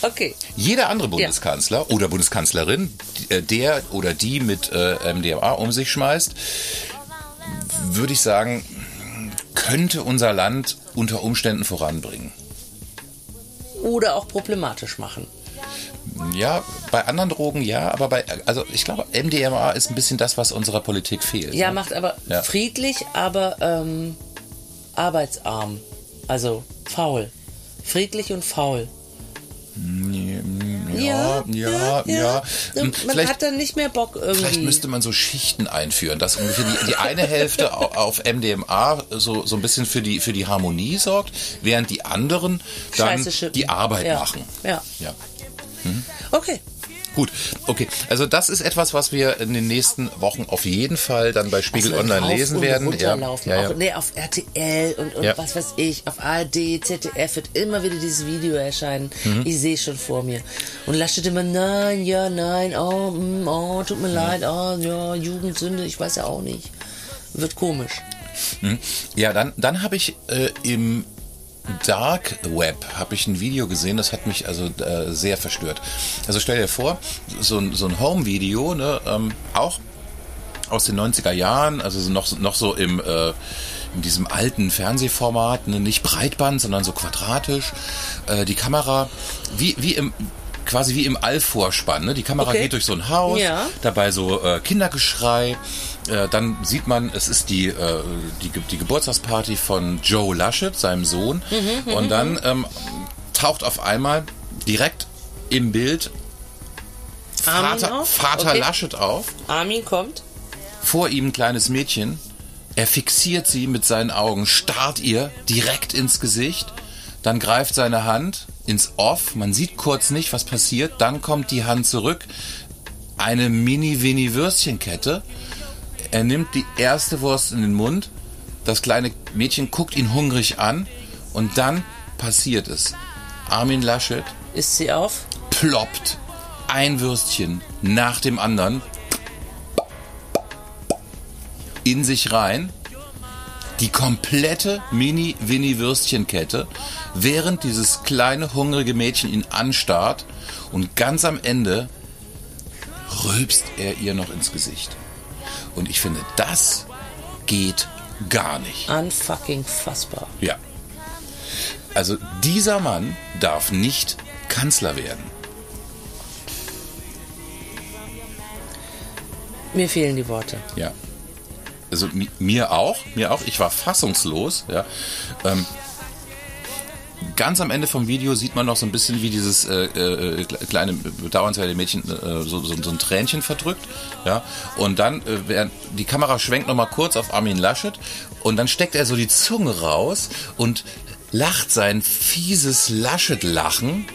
Okay. Jeder andere Bundeskanzler oder Bundeskanzlerin, die- äh, der oder die mit äh, MDMA um sich schmeißt, würde ich sagen, könnte unser Land unter Umständen voranbringen. Oder auch problematisch machen. Ja, bei anderen Drogen ja, aber bei, also ich glaube, MDMA ist ein bisschen das, was unserer Politik fehlt. Ja, ne? macht aber Ja. friedlich, aber ähm, arbeitsarm. Also faul. Friedlich und faul. Ja, ja, ja. So, Hm, Man Vielleicht, hat dann nicht mehr Bock irgendwie. vielleicht müsste man so Schichten einführen, dass ungefähr die, die eine Hälfte au- auf MDMA so, so ein bisschen für die, für die Harmonie sorgt, während die anderen dann Scheiße schippen. die Arbeit ja. machen. Ja. Ja. Okay. Gut, okay. Also das ist etwas, was wir in den nächsten Wochen auf jeden Fall dann bei Spiegel Also Online rauf lesen und werden. runterlaufen. Auch, nee, auf RTL und, und Ja. was weiß ich, auf ARD, ZDF wird immer wieder dieses Video erscheinen. Mhm. Ich sehe schon vor mir. Und Laschet immer, nein, ja, nein, oh, mm, oh tut mir Mhm. leid, oh, ja, Jugendsünde, ich weiß ja auch nicht. Wird komisch. Hm? Ja, dann, dann habe ich äh, im Dark Web habe ich ein Video gesehen, das hat mich also äh, sehr verstört. Also stell dir vor, so ein, so ein Home-Video, ne, ähm, auch aus den 90er Jahren, also so noch, noch so im, äh, in diesem alten Fernsehformat, ne, nicht Breitband, sondern so quadratisch. Äh, die Kamera, wie, wie im quasi wie im Allvorspann. Ne? Die Kamera Okay. geht durch so ein Haus, Ja. dabei so äh, Kindergeschrei. Äh, dann sieht man, es ist die, äh, die, Ge- die Geburtstagsparty von Joe Laschet, seinem Sohn. Mhm, Und dann ähm, taucht auf einmal direkt im Bild Armin Vater, auf? Vater Okay. Laschet auf Armin kommt. vor ihm ein kleines Mädchen. Er fixiert sie mit seinen Augen, starrt ihr direkt ins Gesicht, dann greift seine Hand ins Off. Man sieht kurz nicht, was passiert. Dann kommt die Hand zurück. Eine Mini-Winnie-Würstchenkette. Er nimmt die erste Wurst in den Mund. Das kleine Mädchen guckt ihn hungrig an. Und dann passiert es. Armin Laschet Ist sie auf? ploppt ein Würstchen nach dem anderen in sich rein. Die komplette Mini-Winnie-Würstchenkette, während dieses kleine, hungrige Mädchen ihn anstarrt und ganz am Ende rülpst er ihr noch ins Gesicht. Und ich finde, das geht gar nicht. Unfucking fassbar. Ja. Also dieser Mann darf nicht Kanzler werden. Mir fehlen die Worte. Ja. Also mi- mir auch, mir auch. Ich war fassungslos. Ja. Ähm, ganz am Ende vom Video sieht man noch so ein bisschen, wie dieses äh, äh, kle- kleine bedauernswerte Mädchen äh, so, so, so ein Tränchen verdrückt. Ja. Und dann, äh, während die Kamera schwenkt noch mal kurz auf Armin Laschet und dann steckt er so die Zunge raus und lacht sein fieses Laschet-Lachen.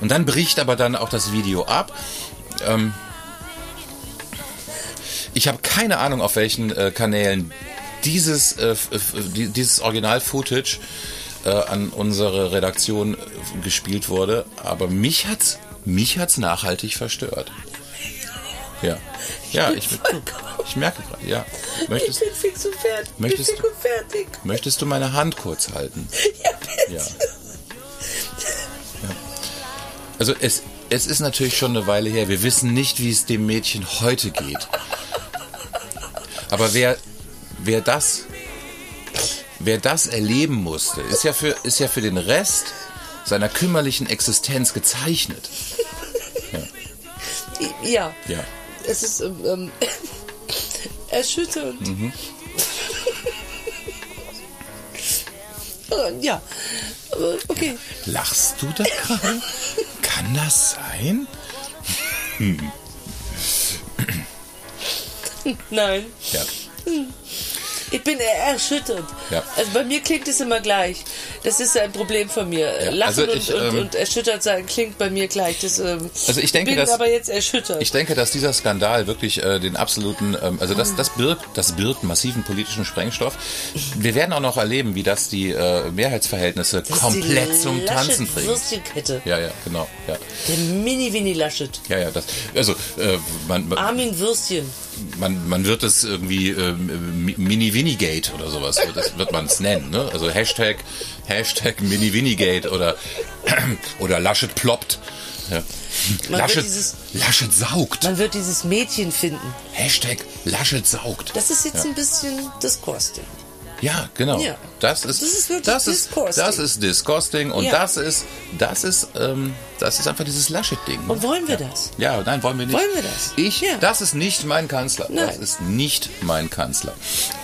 Und dann bricht aber dann auch das Video ab. Ähm, ich habe keine Ahnung, auf welchen äh, Kanälen dieses, äh, f- f- die- dieses Original-Footage äh, an unsere Redaktion äh, gespielt wurde, aber mich hat's, mich hat's nachhaltig verstört. Ja. Ja, ich, ich merke gerade, ja. Möchtest, bin fix und fertig. Möchtest ich bin fix und fertig. möchtest du meine Hand kurz halten? Ja, bitte. Ja. Also es, es ist natürlich schon eine Weile her. Wir wissen nicht, wie es dem Mädchen heute geht. Aber wer, wer das, wer das erleben musste, ist ja für, ist ja für den Rest seiner kümmerlichen Existenz gezeichnet. Ja. Ja. Es ist ähm, ähm, erschütternd. Mhm. Äh, ja. Aber Okay. Lachst du da gerade? Kann das sein? Nein. Ja. Ich bin er- erschüttert. Ja. Also bei mir klingt es immer gleich. Das ist ein Problem von mir. Lachen also ich, und, und, ähm, und erschüttert sein klingt bei mir gleich. Das, ähm, Also ich denke, bin dass- aber jetzt erschüttert. Ich denke, dass dieser Skandal wirklich äh, den absoluten, ähm, also das, das birgt, das birgt massiven politischen Sprengstoff. Wir werden auch noch erleben, wie das die äh, Mehrheitsverhältnisse Das ist die komplett zum Tanzen Laschet bringt. Würstchenkette. Ja, ja, genau. Ja, Der Mini-Winnie Laschet. ja, ja das, also äh, man, man, Armin Würstchen. man, man wird es irgendwie ähm, Mi- Mini-Winnie-Gate oder sowas, wird, es- wird man es nennen. Ne? Also Hashtag, Hashtag Mini-Winnie-Gate oder, oder Laschet ploppt. Ja. Man Laschet, wird dieses- Laschet saugt. Man wird dieses Mädchen finden. Hashtag Laschet saugt. Das ist jetzt ein bisschen disgusting. Ja, genau. Ja. Das ist Das ist wirklich das ist, disgusting. Das ist disgusting und Ja. das ist das ist ähm, das ist einfach dieses Laschet-Ding. Und wollen wir das? Ja, nein, wollen wir nicht. Wollen wir das? Ich, Ja. das ist nicht mein Kanzler. Das Nein. ist nicht mein Kanzler.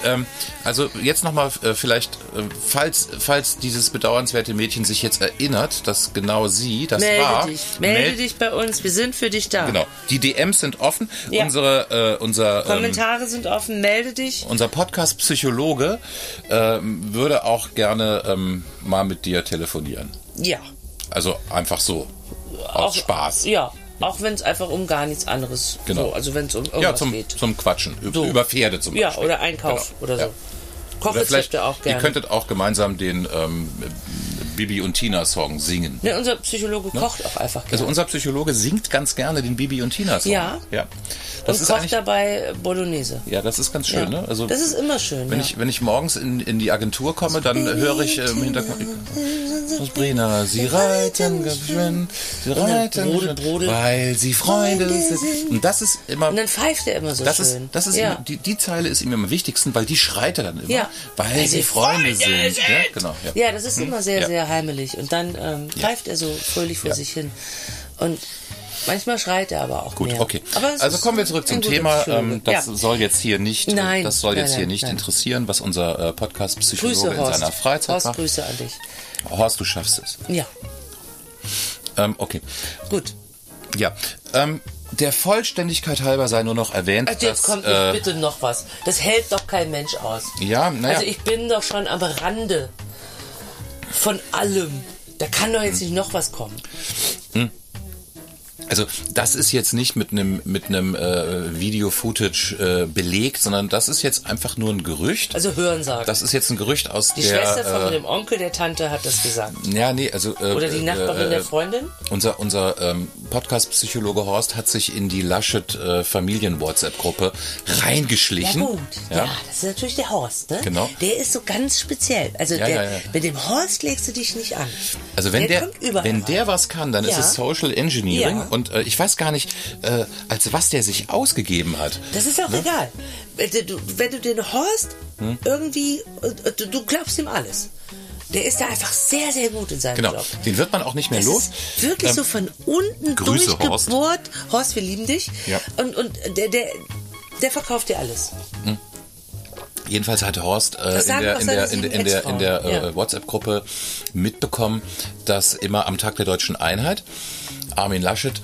Ähm, also jetzt nochmal äh, vielleicht, äh, falls, falls dieses bedauernswerte Mädchen sich jetzt erinnert, dass genau sie das Melde war. dich. Melde meld- dich bei uns. Wir sind für dich da. Genau. Die DMs sind offen. Ja. Unsere, äh, unser, ähm, Kommentare sind offen. Melde dich. unser Podcast-Psychologe ähm, würde auch gerne ähm, mal mit dir telefonieren. Ja. Also einfach so. Aus Spaß. Ja. Auch wenn es einfach um gar nichts anderes Genau. So, also wenn es um irgendwas Ja, zum, geht. zum Quatschen. Ü- So. Über Pferde zum ja, Beispiel. oder Einkauf Genau. oder so. Ja. Oder vielleicht, Kochrezepte auch Ihr gerne. könntet auch gemeinsam den ähm, Bibi und Tina Song singen. Ne, unser Psychologe kocht auch einfach gerne. Also unser Psychologe singt ganz gerne den Bibi und Tina Song. Ja. ja. Das und ist kocht eigentlich, dabei Bolognese. ja, das ist ganz schön. Ja. Ne? Also das ist immer schön. wenn ja. ich wenn ich morgens in, in die Agentur komme, dann höre ich äh, im Hintergrund Los Brina, sie reiten geschwind, sie reiten Brodel, geschwind, Brodel. weil sie Freunde sind. Und das ist immer Und dann pfeift er immer so Das ist, schön. das ist ja. ihm- die, die Zeile ist ihm am wichtigsten, weil die schreit er dann immer, Ja. weil, sie Freunde sind. Ja, genau, ja. Ja, das ist immer sehr, Ja. sehr heimelig. Und dann ähm, pfeift er so fröhlich vor Ja. sich hin. Und manchmal schreit er aber auch Gut, mehr. okay. Aber es also ist kommen wir zurück ein zum guter Thema. Psychologe. Ähm, das ja. soll jetzt hier nicht, äh, Nein, das soll nein, jetzt hier nein, nicht nein. interessieren, was unser äh, Podcast-Psychologe Grüße, in Horst. seiner Freizeit Horst, macht. Grüße an dich. Horst, du schaffst es. Ja, Ähm, okay. gut. Ja. Ähm, der Vollständigkeit halber sei nur noch erwähnt, Also jetzt dass, kommt äh, jetzt bitte noch was. Das hält doch kein Mensch aus. ja, naja, Also ich bin doch schon am Rande von allem. Da kann doch Hm. jetzt nicht noch was kommen. Also das ist jetzt nicht mit einem mit einem äh, Video-Footage äh, belegt, sondern das ist jetzt einfach nur ein Gerücht. Also Hörensagen. das ist jetzt ein Gerücht aus die der. Schwester von äh, dem Onkel der Tante hat das gesagt. ja, nee, also äh, Oder die Nachbarin äh, äh, der Freundin? Unser unser ähm, Podcast-Psychologe Horst hat sich in die Laschet äh, Familien-WhatsApp-Gruppe Ja reingeschlichen. gut, ja. Ja. das ist natürlich der Horst, ne? Genau. Der ist so ganz speziell. Also Ja, der, ja, ja. mit dem Horst legst du dich nicht an. Also wenn der, kommt überall wenn der rein. was kann, dann ist Ja. es Social Engineering Ja. und äh, ich weiß gar nicht, äh, als was der sich ausgegeben hat. Das ist Ne? auch egal. Wenn du, wenn du den Horst Hm? irgendwie, äh, du, du glaubst ihm alles. Der ist da einfach sehr, sehr gut in seinem Genau, Job. den wird man auch nicht mehr Das los. ist wirklich Ähm, so von unten Grüße, durchgebohrt. Horst. wir lieben dich. Ja. Und, und der, der, der verkauft dir alles. Jedenfalls hat Horst äh, Das in sagen der, auch in seine der, in der, in der, in der äh, Ex-Frauen, ja. WhatsApp-Gruppe mitbekommen, dass immer am Tag der deutschen Einheit Armin Laschet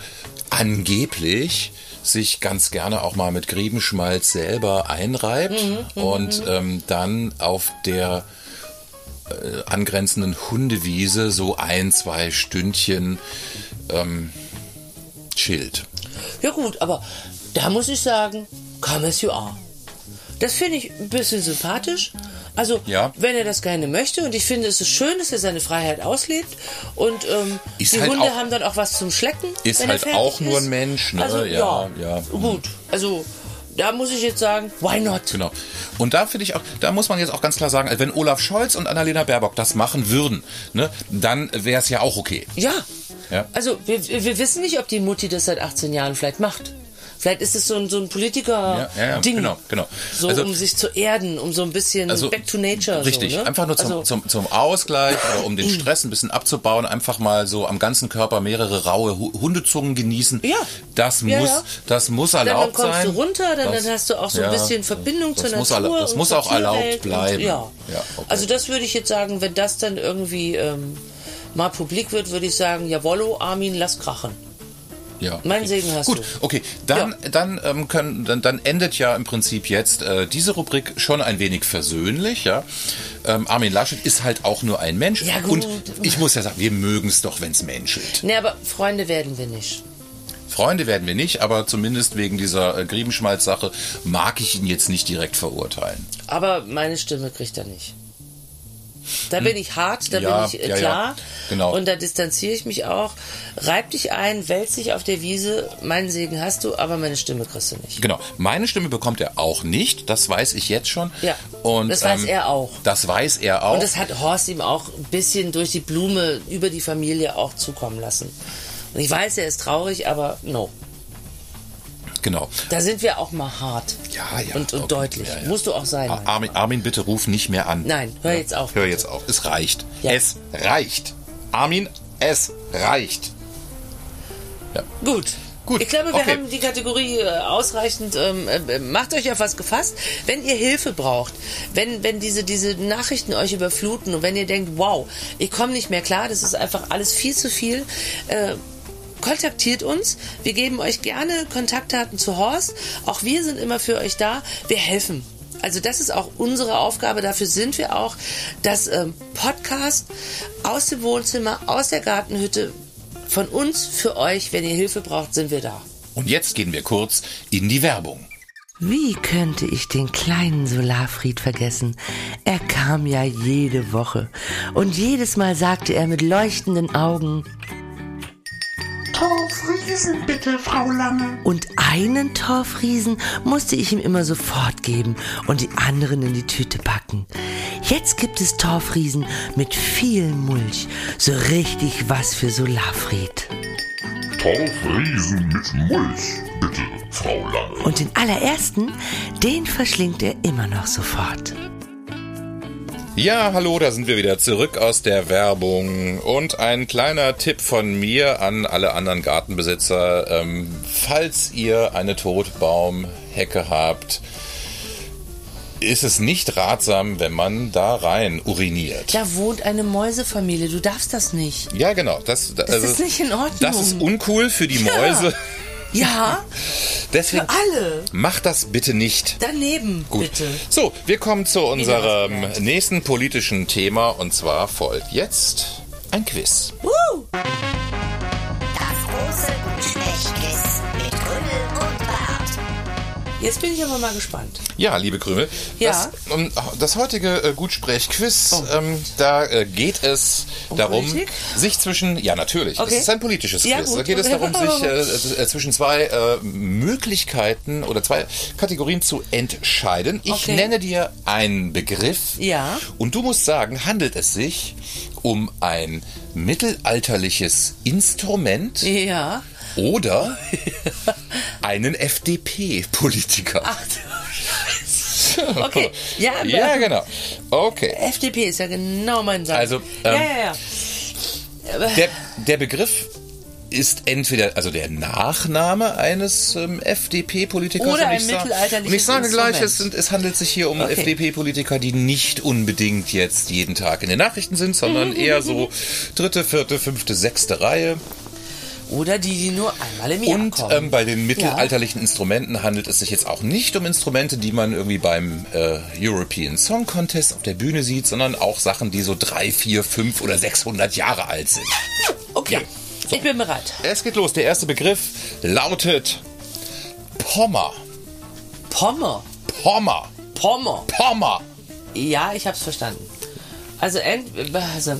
angeblich sich ganz gerne auch mal mit Griebenschmalz selber einreibt Mhm, und ähm, dann auf der äh, angrenzenden Hundewiese so ein, zwei Stündchen ähm, chillt. Ja gut, aber da muss ich sagen, come as you are. Das finde ich ein bisschen sympathisch. Also, Ja. wenn er das gerne möchte. Und ich finde, es ist schön, dass er seine Freiheit auslebt. Und ähm, Ist die halt Hunde auch- haben dann auch was zum Schlecken. Ist wenn er halt fertig auch nur ein Mensch, ne? Also, Ja, ja, ja. Gut, also da muss ich jetzt sagen, why not? Genau. Und da finde ich auch, da muss man jetzt auch ganz klar sagen, also wenn Olaf Scholz und Annalena Baerbock das machen würden, ne, dann wäre es ja auch okay. Ja. Ja. Also wir, wir wissen nicht, ob die Mutti das seit 18 Jahren vielleicht macht. Vielleicht ist es so ein, so Ja, ein ja, ja, Politiker-Ding. genau, genau. So, Also- um sich zu erden, um so ein bisschen back to nature. Richtig, so, ne? einfach nur zum, Also, zum, zum Ausgleich oder um den Stress ein bisschen abzubauen, einfach mal so am ganzen Körper mehrere raue Hu- Hundezungen genießen. Ja. Das Ja, muss, ja. das muss dann, dann erlaubt kommst sein. du runter, dann, Das- dann hast du auch so ja, ein bisschen Verbindung das zur muss Natur. erla- Das und muss zur auch erlaubt Tierwelt bleiben. Und, ja. Ja, okay. Also das würde ich jetzt sagen, wenn das dann irgendwie ähm, mal publik wird, würde ich sagen, jawollo, Armin, lass krachen. Ja. Mein okay. Segen hast Gut, du. okay. Dann, dann, ähm, können, dann, dann endet ja im Prinzip jetzt äh, diese Rubrik schon ein wenig versöhnlich. Ja? Ähm, Armin Laschet ist halt auch nur ein Mensch. Ja, gut. Und ich muss ja sagen, wir mögen es doch, wenn es menschelt. Nee, aber Freunde werden wir nicht. Freunde werden wir nicht, aber zumindest wegen dieser äh, Griebenschmalz-Sache mag ich ihn jetzt nicht direkt verurteilen. Aber meine Stimme kriegt er nicht. Da bin ich hart, da Ja, bin ich äh, ja, ja. klar. Genau. Und da distanziere ich mich auch. Reib dich ein, wälz dich auf der Wiese. Meinen Segen hast du, aber meine Stimme kriegst du nicht. Genau. Meine Stimme bekommt er auch nicht, das weiß ich jetzt schon. Ja, Und, ähm, das weiß er auch. Das weiß er auch. Und das hat Horst ihm auch ein bisschen durch die Blume über die Familie auch zukommen lassen. Und ich weiß, er ist traurig, aber no. genau. Da sind wir auch mal hart. Ja, ja, Und, und okay, deutlich. ja, Ah, ja. Musst du auch sein. Ar- Mann. Armin, Armin, bitte ruf nicht mehr an. Nein, hör jetzt auf. Hör jetzt auf. Es reicht. Ja. Es reicht. Armin, es reicht. Gut. Gut, Ich glaube, wir okay. haben die Kategorie äh, ausreichend. Ähm, äh, macht euch auf was gefasst. Wenn ihr Hilfe braucht, wenn, wenn diese, diese Nachrichten euch überfluten und wenn ihr denkt, wow, ich komme nicht mehr klar, das ist einfach alles viel zu viel, äh, kontaktiert uns. Wir geben euch gerne Kontaktdaten zu Horst. Auch wir sind immer für euch da. Wir helfen. Also das ist auch unsere Aufgabe, dafür sind wir auch, dass ähm, Podcast aus dem Wohnzimmer, aus der Gartenhütte von uns für euch, wenn ihr Hilfe braucht, sind wir da. Und jetzt gehen wir kurz in die Werbung. Wie könnte ich den kleinen Solarfried vergessen? Er kam ja jede Woche. Und jedes Mal sagte er mit leuchtenden Augen Torfriesen bitte, Frau Lange. und einen Torfriesen musste ich ihm immer sofort geben und die anderen in die Tüte packen. Jetzt gibt es Torfriesen mit viel Mulch. So richtig was für Solarfried. Torfriesen mit Mulch, bitte, Frau Lange. Und den allerersten, den verschlingt er immer noch sofort. Ja, hallo, da sind wir wieder zurück aus der Werbung. Und ein kleiner Tipp von mir an alle anderen Gartenbesitzer. Ähm, falls ihr eine Totbaumhecke habt, ist es nicht ratsam, wenn man da rein uriniert. Da wohnt eine Mäusefamilie, du darfst das nicht. Ja, genau. Das, das ist nicht in Ordnung. Das ist uncool für die Mäuse. Ja, Deswegen für alle. macht das bitte nicht. Daneben, bitte. So, wir kommen zu unserem nächsten politischen Thema und zwar folgt jetzt ein Quiz. Das große Gutschmech-Quiz mit Grümmel und Bart. Jetzt bin ich aber mal gespannt. Ja, liebe Krümel, Ja. Oh. das, ähm, das heutige äh, Gutsprech-Quiz, ähm, da äh, geht es darum, Um Politik? sich zwischen, ja natürlich, Okay. es ist ein politisches Ja, Quiz, gut. da geht es darum, sich äh, äh, zwischen zwei äh, Möglichkeiten oder zwei Kategorien zu entscheiden. Ich Okay. nenne dir einen Begriff Ja. und du musst sagen, handelt es sich um ein mittelalterliches Instrument Ja. oder einen FDP-Politiker. Okay. Ja, ja, aber- genau. Okay. FDP ist ja genau mein Satz. Also, ja, ähm, ja, ja. Der, der Begriff ist entweder also der Nachname eines ähm, FDP-Politikers Oder und ich ein sag- mittelalterliches Und ich sage gleich, Instrument. es, sind, es handelt sich hier um Okay. FDP-Politiker, die nicht unbedingt jetzt jeden Tag in den Nachrichten sind, sondern eher so dritte, vierte, fünfte, sechste Reihe. Oder die, die nur einmal im Jahr Und kommen. ähm, bei den mittelalterlichen Instrumenten handelt es sich jetzt auch nicht um Instrumente, die man irgendwie beim äh, European Song Contest auf der Bühne sieht, sondern auch Sachen, die so drei, vier, fünf oder 600 Jahre alt sind. okay, ich bin bereit. Es geht los. Der erste Begriff lautet Pommer. Pommer. Pommer. Pommer. Pommer. Ja, ich hab's verstanden. Also, ent, also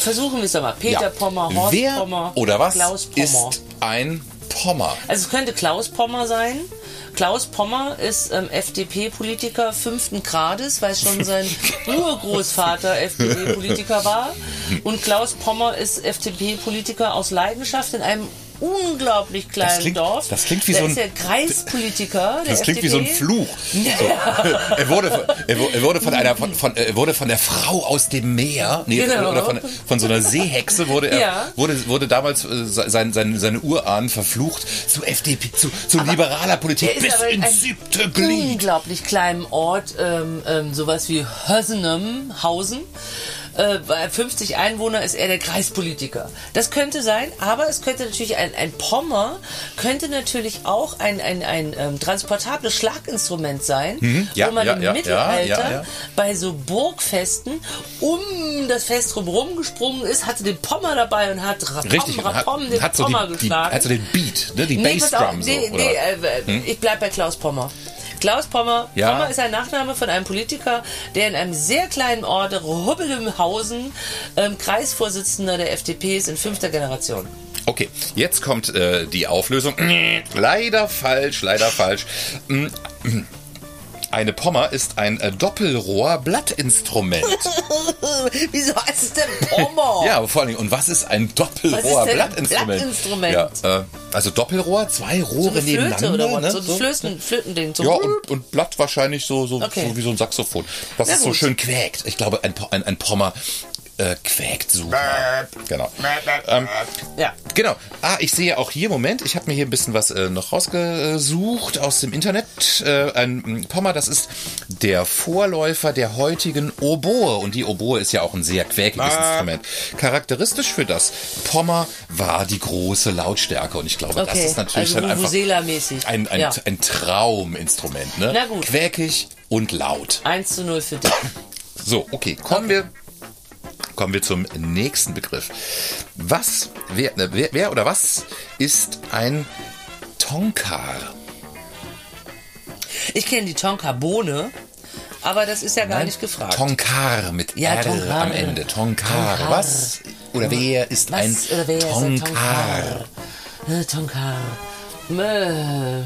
versuchen wir es mal. Peter Ja. Pommer, Horst Wer Pommer, oder was Klaus Pommer. ist ein Pommer? Also es könnte Klaus Pommer sein. Klaus Pommer ist ähm, FDP-Politiker fünften Grades, weil schon sein Urgroßvater FDP-Politiker war. Und Klaus Pommer ist FDP-Politiker aus Leidenschaft in einem unglaublich kleinen klingt- Dorf. das klingt wie da so ist ein- der Kreispolitiker. der Das klingt wie so ein FDP. Fluch. So. Er, wurde von, er wu- er wurde von einer von, von er wurde von der Frau aus dem Meer nee, Genau. oder von, von so einer Seehexe wurde er Ja. wurde, wurde damals äh, sein, sein, seine Urahnen verflucht zu FDP zu, zu liberaler Politik Er bis ist aber in ins einem siebte Glied. unglaublich kleinen Ort, ähm, ähm, sowas wie Hössenhausen, äh, bei 50 Einwohner ist er der Kreispolitiker. Das könnte sein, aber es könnte natürlich ein, ein Pommer, könnte natürlich auch ein, ein, ein ähm, transportables Schlaginstrument sein, Mhm. ja, wo man ja, im ja, ja, Mittelalter ja, ja. bei so Burgfesten um das Fest drum rumgesprungen ist, hatte den Pommer dabei und hat rapam, Richtig, rapam den hat, hat, so Pommer die, die, geschlagen. hat so den Beat, ne, die Nee, pass auf, Bassdrum so. nee, oder? Hm? nee, äh, äh, ich bleib bei Klaus Pommer. Klaus Pommer, Ja. Pommer ist ein Nachname von einem Politiker, der in einem sehr kleinen Ort Hubbelhausen ähm, Kreisvorsitzender der FDP ist in fünfter Generation. Okay, jetzt kommt äh, die Auflösung. Leider falsch, leider falsch. Mm, mm. Eine Pommer ist ein äh, Doppelrohr-Blattinstrument. Äh, Wieso heißt es denn Pommer? Ja, vor allen Dingen. Und was ist ein Oh. Was ist denn ein Doppelrohr-Blattinstrument? Blattinstrument? Ja, äh, also Doppelrohr, zwei Rohre eine Flöte nebeneinander. oder was? ne? So ein Flöten, Flötending. So. Ja, und, und Blatt wahrscheinlich so, so, Okay. so wie so ein Saxophon. Das Na ist so gut. schön quäkt. Ich glaube, ein, Po- ein, ein Pommer äh, quäkt super. Genau. Ähm, Ja. Genau. Ah, ich sehe auch hier, Moment, ich habe mir hier ein bisschen was äh, noch rausgesucht aus dem Internet. Äh, ein mm, Pommer, das ist der Vorläufer der heutigen Oboe. Und die Oboe ist ja auch ein sehr quäkiges Instrument. Charakteristisch für das Pommer war die große Lautstärke. Und ich glaube, das Okay, ist natürlich also dann Vuvuzela-mäßig. einfach ein, ein, Ja. ein Trauminstrument. Ne? Na gut. Quäkig und laut. 1 zu 0 für dich. So, okay, kommen wir. Kommen wir zum nächsten Begriff. Was, wer, ne, wer, wer oder was ist ein Tonkar? Ich kenne die Tonka-Bohne, aber das ist ja gar nicht gefragt. Tonkar mit Ah, Ja, R Tonkar. am Ende. Tonkar. Tonkar. Was oder wer ist Was ein oder wer ist ein Tonkar? Tonkar? Äh, Tonkar. Mö.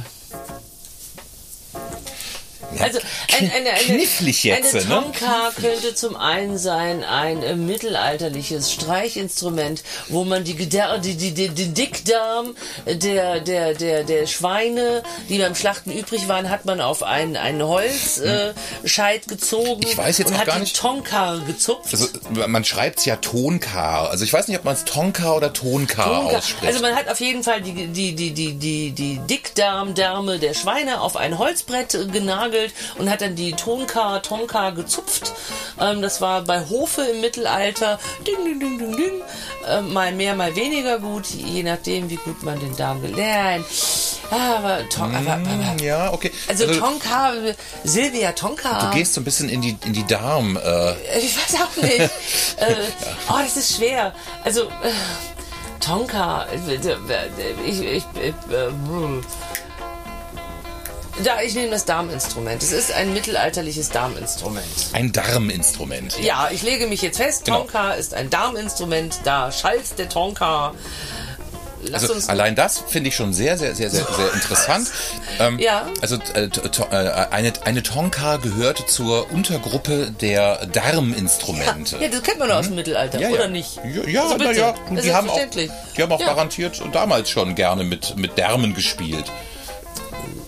Also ein, eine, eine, knifflig jetzt, eine ne? Tonka könnte zum einen sein ein äh, mittelalterliches Streichinstrument, wo man die, Gedär, die, die, die, die Dickdarm der, der, der, der Schweine, die beim Schlachten übrig waren, hat man auf einen, einen Holzscheit äh, Scheit gezogen Ich weiß jetzt und auch hat gar die nicht- Tonkar gezupft. Also, man schreibt ja Tonkar. Also ich weiß nicht, ob man es Tonkar oder Tonkar Bunker. ausspricht. Also man hat auf jeden Fall die, die, die, die, die, die Dickdarmdärme der Schweine auf ein Holzbrett äh, genagelt und hat dann die Tonka, Tonka gezupft. Ähm, das war bei Hofe im Mittelalter. Ding, ding, ding, ding, ding. Ähm, mal mehr, mal weniger gut, je nachdem, wie gut man den Darm gelernt. Aber, Ton, aber, aber Hm, ja, okay. also, Tonka, äh, Silvia Tonka. du gehst so ein bisschen in die, in die Darm. Äh, Ich weiß auch nicht. äh, oh, das ist schwer. Also, äh, Tonka. äh, äh, Ich, ich, ich, äh, hm. da, ich nehme das Darminstrument. Es ist ein mittelalterliches Darminstrument. ein Darminstrument. Ja, ich lege mich jetzt fest, Genau. Tonka ist ein Darminstrument. Da schallt der Tonka. Lass Also uns... allein das finde ich schon sehr, sehr, sehr, sehr, sehr interessant. Ähm, Ja. Also äh, to- to- äh, eine, eine Tonka gehörte zur Untergruppe der Darminstrumente. Ja, das kennt man doch aus dem Mittelalter, Mhm. Ja, ja. oder nicht? Ja, ja, Also bitte, na ja. das Die ist haben auch, verständlich. die haben auch Ja. garantiert damals schon gerne mit, mit Därmen gespielt.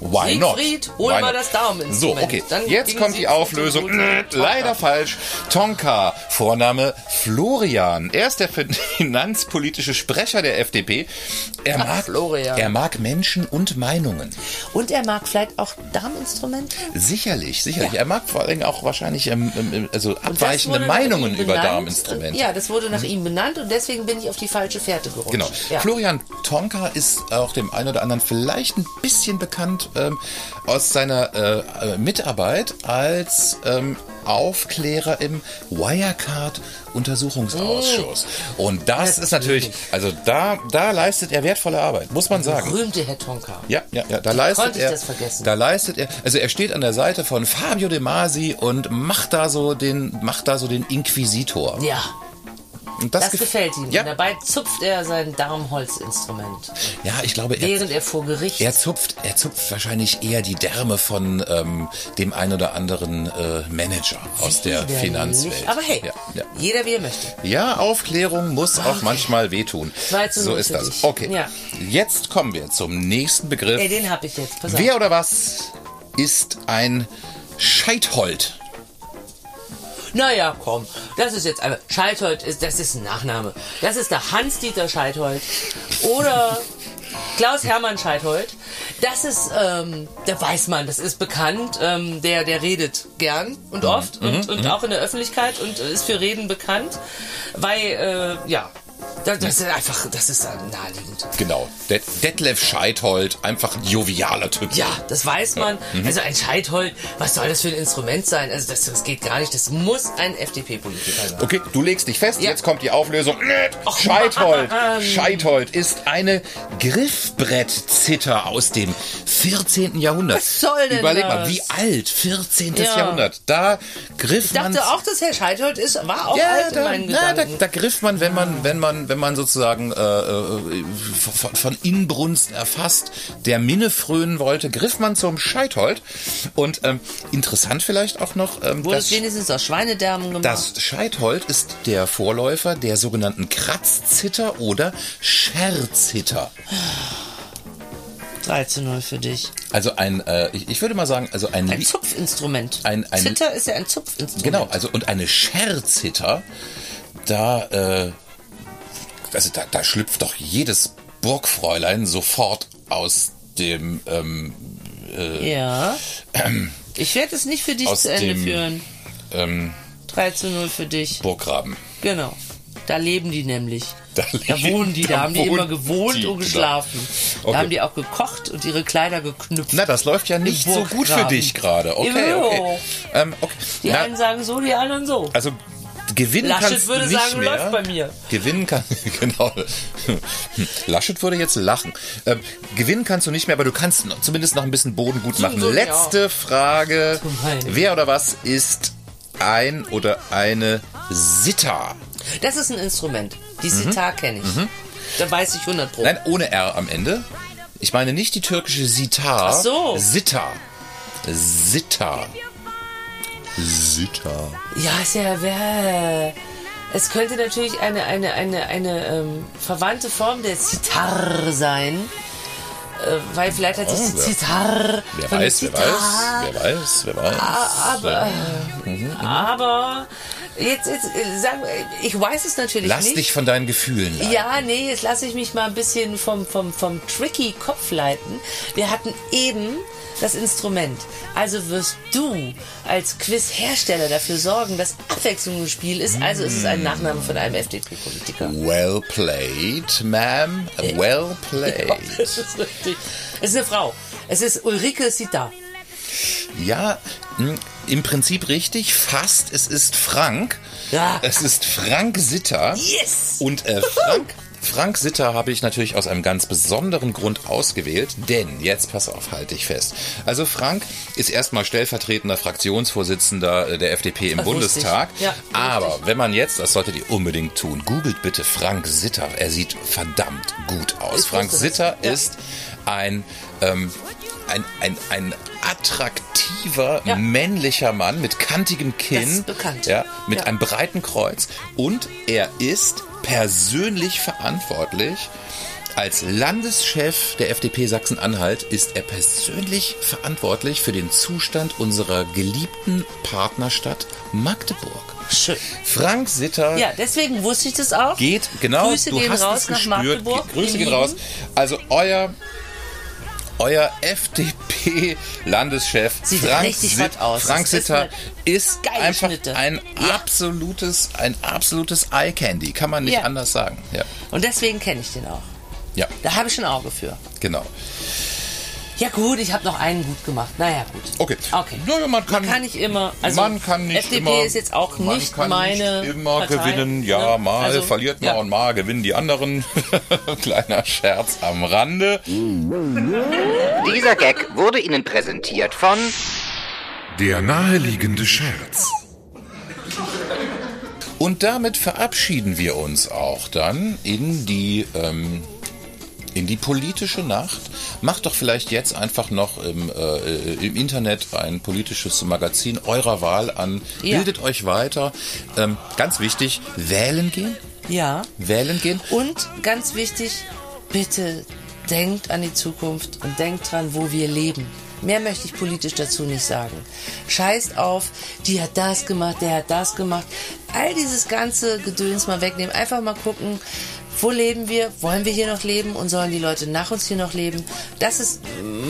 Why not? Siegfried, hol Why mal not? das Daumeninstrument. So, okay. Dann Jetzt ging kommt die Siegfried Auflösung. zum guten Tonka. Leider falsch. Tonka, Vorname Florian. Er ist der finanzpolitische Sprecher der FDP. Er Ach, mag, Florian. er mag Menschen und Meinungen. Und er mag vielleicht auch Darminstrumente? Sicherlich, sicherlich. Er mag vor allen Dingen auch wahrscheinlich ähm, ähm, also Und das abweichende wurde nach Meinungen ihm über benannt. Darminstrumente. Ja, das wurde nach ihm benannt und deswegen bin ich auf die falsche Fährte gerutscht. Genau. Ja. Florian Tonka ist auch dem einen oder anderen vielleicht ein bisschen bekannt ähm, aus seiner äh, äh, Mitarbeit als ähm, Aufklärer im Wirecard-Untersuchungsausschuss. Oh. Und das ist natürlich, also da, da leistet er wertvolle Arbeit, muss man sagen. Berühmte Herr Tonka. Ja, ja, ja, da leistet konnte ich er, das vergessen. da leistet er, also er steht an der Seite von Fabio De Masi und macht da so den, macht da so den Inquisitor. Ja, Und das gef- gefällt ihm. Ja, Und dabei zupft er sein Darmholzinstrument, ja, ich glaube, er, während er vor Gericht. Er zupft, er zupft wahrscheinlich eher die Därme von ähm, dem ein oder anderen äh, Manager aus der Widerlich. Finanzwelt. Aber hey, Ja, ja. jeder wie er möchte. ja Aufklärung muss auch manchmal wehtun. Zwei zu So null ist für das. dich. Okay, Ja. jetzt kommen wir zum nächsten Begriff. Ey, den hab ich jetzt. Pass auf. Wer oder was ist ein Scheithold? Naja, komm, das ist jetzt einfach. Scheithold, ist, das ist ein Nachname. Das ist der Hans-Dieter Scheithold. Oder Klaus-Hermann Scheithold. Das ist, ähm, da weiß man, das ist bekannt. Ähm, der, der redet gern und oft und, und auch in der Öffentlichkeit und äh, ist für Reden bekannt, weil, äh, ja, das, das ist einfach, das ist äh, naheliegend. Genau. Det Detlef Scheithold, einfach ein jovialer Typ. Ja, das weiß man. Also ein Scheithold, was soll das für ein Instrument sein? Also das, das geht gar nicht. Das muss ein FDP-Politiker sein. Okay, du legst dich fest, Ja. Oh. Ähm. jetzt kommt die Auflösung. Nett. Scheithold. Scheithold ist eine Griffbrettzitter aus dem 14. Jahrhundert. Was soll denn Überleg mal, das? wie alt 14. Ja. Jahrhundert. Da griff Ich dachte man auch, dass Herr Scheithold ist, war auch ja, alt in da, meinen na, da, Gedanken. da griff man, wenn man, wenn man, wenn man sozusagen äh, äh, von, von Inbrunst erfasst, der Minne frönen wollte, griff man zum Scheithold. Und ähm, interessant vielleicht auch noch, ähm, Wurde es dass- wenigstens aus Schweinedärmen gemacht? das Scheithold ist der Vorläufer der sogenannten Kratzzitter oder Scherzitter. 13-0 für dich. Also ein, äh, ich, ich würde mal sagen, also ein, Ein Lie- Zupfinstrument. Ein- ein- Zitter ist ja ein Zupfinstrument. Genau, also und eine Scherzitter, da, äh, also da, da schlüpft doch jedes Burgfräulein sofort aus dem, ähm, Ja. Ich werde es nicht für dich aus zu Ende dem führen. ähm, 13-0 für dich. Burggraben. Genau. Da leben die nämlich. Da Da, leben- wohnen die, da, da haben die wohnen immer gewohnt die, genau. und geschlafen. Okay. Da haben die auch gekocht und ihre Kleider geknüpft. Na, das läuft ja Im nicht so gut für Burggraben. dich gerade. Okay, Jo. okay. Ähm, okay. Die Na, einen sagen so, die anderen so. also gewinnen Laschet kannst würde nicht sagen, mehr. läuft bei mir. Gewinnen kann genau. Laschet würde jetzt lachen. Ähm, gewinnen kannst du nicht mehr, aber du kannst noch- zumindest noch ein bisschen Boden gut machen. so, ja. Letzte Frage: meine Güte. Wer oder was ist ein oder eine Sitter? Das ist ein Instrument. Mhm. Die Sitar kenne ich. Da weiß ich 100 Pro. Nein, ohne R am Ende. Ich meine nicht die türkische Sitar. Ach so. Sitter. Sitter. Sitter. Ja, ist ja, wer- es könnte natürlich eine, eine, eine, eine ähm, verwandte Form der Zitar sein. Äh, weil vielleicht hat sich Oh, die wer- Zitar Wer von der weiß, wer Sitar- weiß, wer weiß, wer weiß. Aber, aber jetzt, jetzt äh, sag, ich weiß es natürlich Lass nicht. dich von deinen Gefühlen leiten. Ja, nee, jetzt lasse ich mich mal ein bisschen vom, vom, vom tricky Kopf leiten. Wir hatten eben das Instrument. Also wirst du als Quizhersteller dafür sorgen, dass Abwechslung im Spiel ist. Also ist es Mm. ein Nachname von einem FDP-Politiker. Well played, ma'am. Oh Well Ja, played. das ist richtig. Es ist eine Frau. Es ist Ulrike Sita. Ja, mh, im Prinzip richtig. Fast, es ist Frank. Ja. Es ist Frank Sitter. Yes! Und äh, Frank, Frank Sitter habe ich natürlich aus einem ganz besonderen Grund ausgewählt, denn, jetzt pass auf, halte ich fest. Also Frank ist erstmal stellvertretender Fraktionsvorsitzender äh, der FDP im Das wusste ich. Bundestag. Ja, aber richtig. wenn man jetzt, das solltet ihr unbedingt tun, googelt bitte Frank Sitter. Er sieht verdammt gut aus. Ich Frank wusste das. Sitter Ja. ist ein, ähm, ein, ein, ein attraktiver, Ja. männlicher Mann mit kantigem Kinn. Das ist bekannt. Ja, mit Ja. einem breiten Kreuz. Und er ist persönlich verantwortlich. Als Landeschef der FDP Sachsen-Anhalt ist er persönlich verantwortlich für den Zustand unserer geliebten Partnerstadt Magdeburg. Schön. Frank Sitter Ja, deswegen wusste ich das auch. geht, genau, Grüße du gehen hast raus es nach gespürt. Magdeburg. Mhm. Ge- Grüße Wir gehen lieben. raus. Also euer euer FDP-Landeschef Sieht Frank, richtig Sit- hot aus. Frank Das ist Sitter eine ist geile einfach Schnitte. ein absolutes, ein absolutes Eye Candy, kann man nicht Ja. anders sagen. Ja, Und deswegen kenne ich den auch. ja, Da habe ich ein Auge für. genau. Ja gut, ich habe noch einen gut gemacht. Naja, gut. Okay. Okay. Naja, man kann, Kann ich immer. Also man kann nicht FDP immer, ist jetzt auch man nicht kann meine. Nicht immer Partei, gewinnen, ja, ne? mal Also, verliert man ja. und mal gewinnen die anderen. Kleiner Scherz am Rande. Dieser Gag wurde Ihnen präsentiert von Der naheliegende Scherz. Und damit verabschieden wir uns auch dann in die, ähm, in die politische Nacht. Macht doch vielleicht jetzt einfach noch im, äh, im Internet ein politisches Magazin eurer Wahl an. Ja. Bildet euch weiter. Ähm, ganz wichtig, wählen gehen. Ja. Wählen gehen. Und ganz wichtig, bitte denkt an die Zukunft und denkt dran, wo wir leben. Mehr möchte ich politisch dazu nicht sagen. Scheißt auf, die hat das gemacht, der hat das gemacht. All dieses ganze Gedöns mal wegnehmen. Einfach mal gucken, wo leben wir? Wollen wir hier noch leben? Und sollen die Leute nach uns hier noch leben? Das ist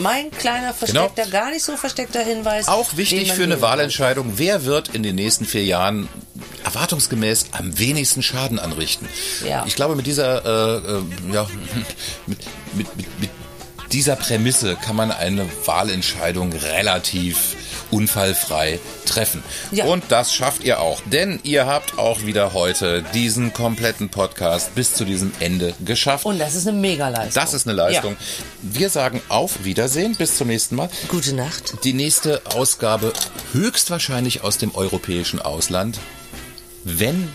mein kleiner versteckter, gar nicht so versteckter Hinweis. Genau. Auch den wichtig man für eine nehmen Wahlentscheidung, wer wird in den nächsten vier Jahren erwartungsgemäß am wenigsten Schaden anrichten? Ja. Ich glaube, mit dieser, äh, äh, ja, mit, mit, mit, mit dieser Prämisse kann man eine Wahlentscheidung relativ unfallfrei treffen. Ja. Und das schafft ihr auch, denn ihr habt auch wieder heute diesen kompletten Podcast bis zu diesem Ende geschafft. Und das ist eine Megaleistung. das ist eine Leistung. Wir sagen auf Wiedersehen, bis zum nächsten Mal. Ja. Gute Nacht. Die nächste Ausgabe höchstwahrscheinlich aus dem europäischen Ausland, wenn,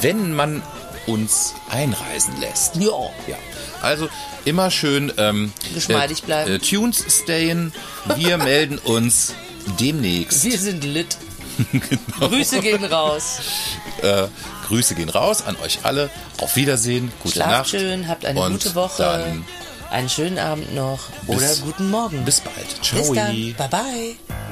wenn man uns einreisen lässt. Ja. Ja. Also immer schön ähm, Geschmeidig bleiben. Äh, Tunes stayen. Wir melden uns demnächst. Wir sind lit. Genau. Grüße gehen raus. Äh, Grüße gehen raus an euch alle. Auf Wiedersehen. Gute Schlaft Nacht. schön, habt eine Und gute Woche. Dann einen schönen Abend noch. Bis- oder guten Morgen. bis bald. Ciao. Bis dann. Bye bye.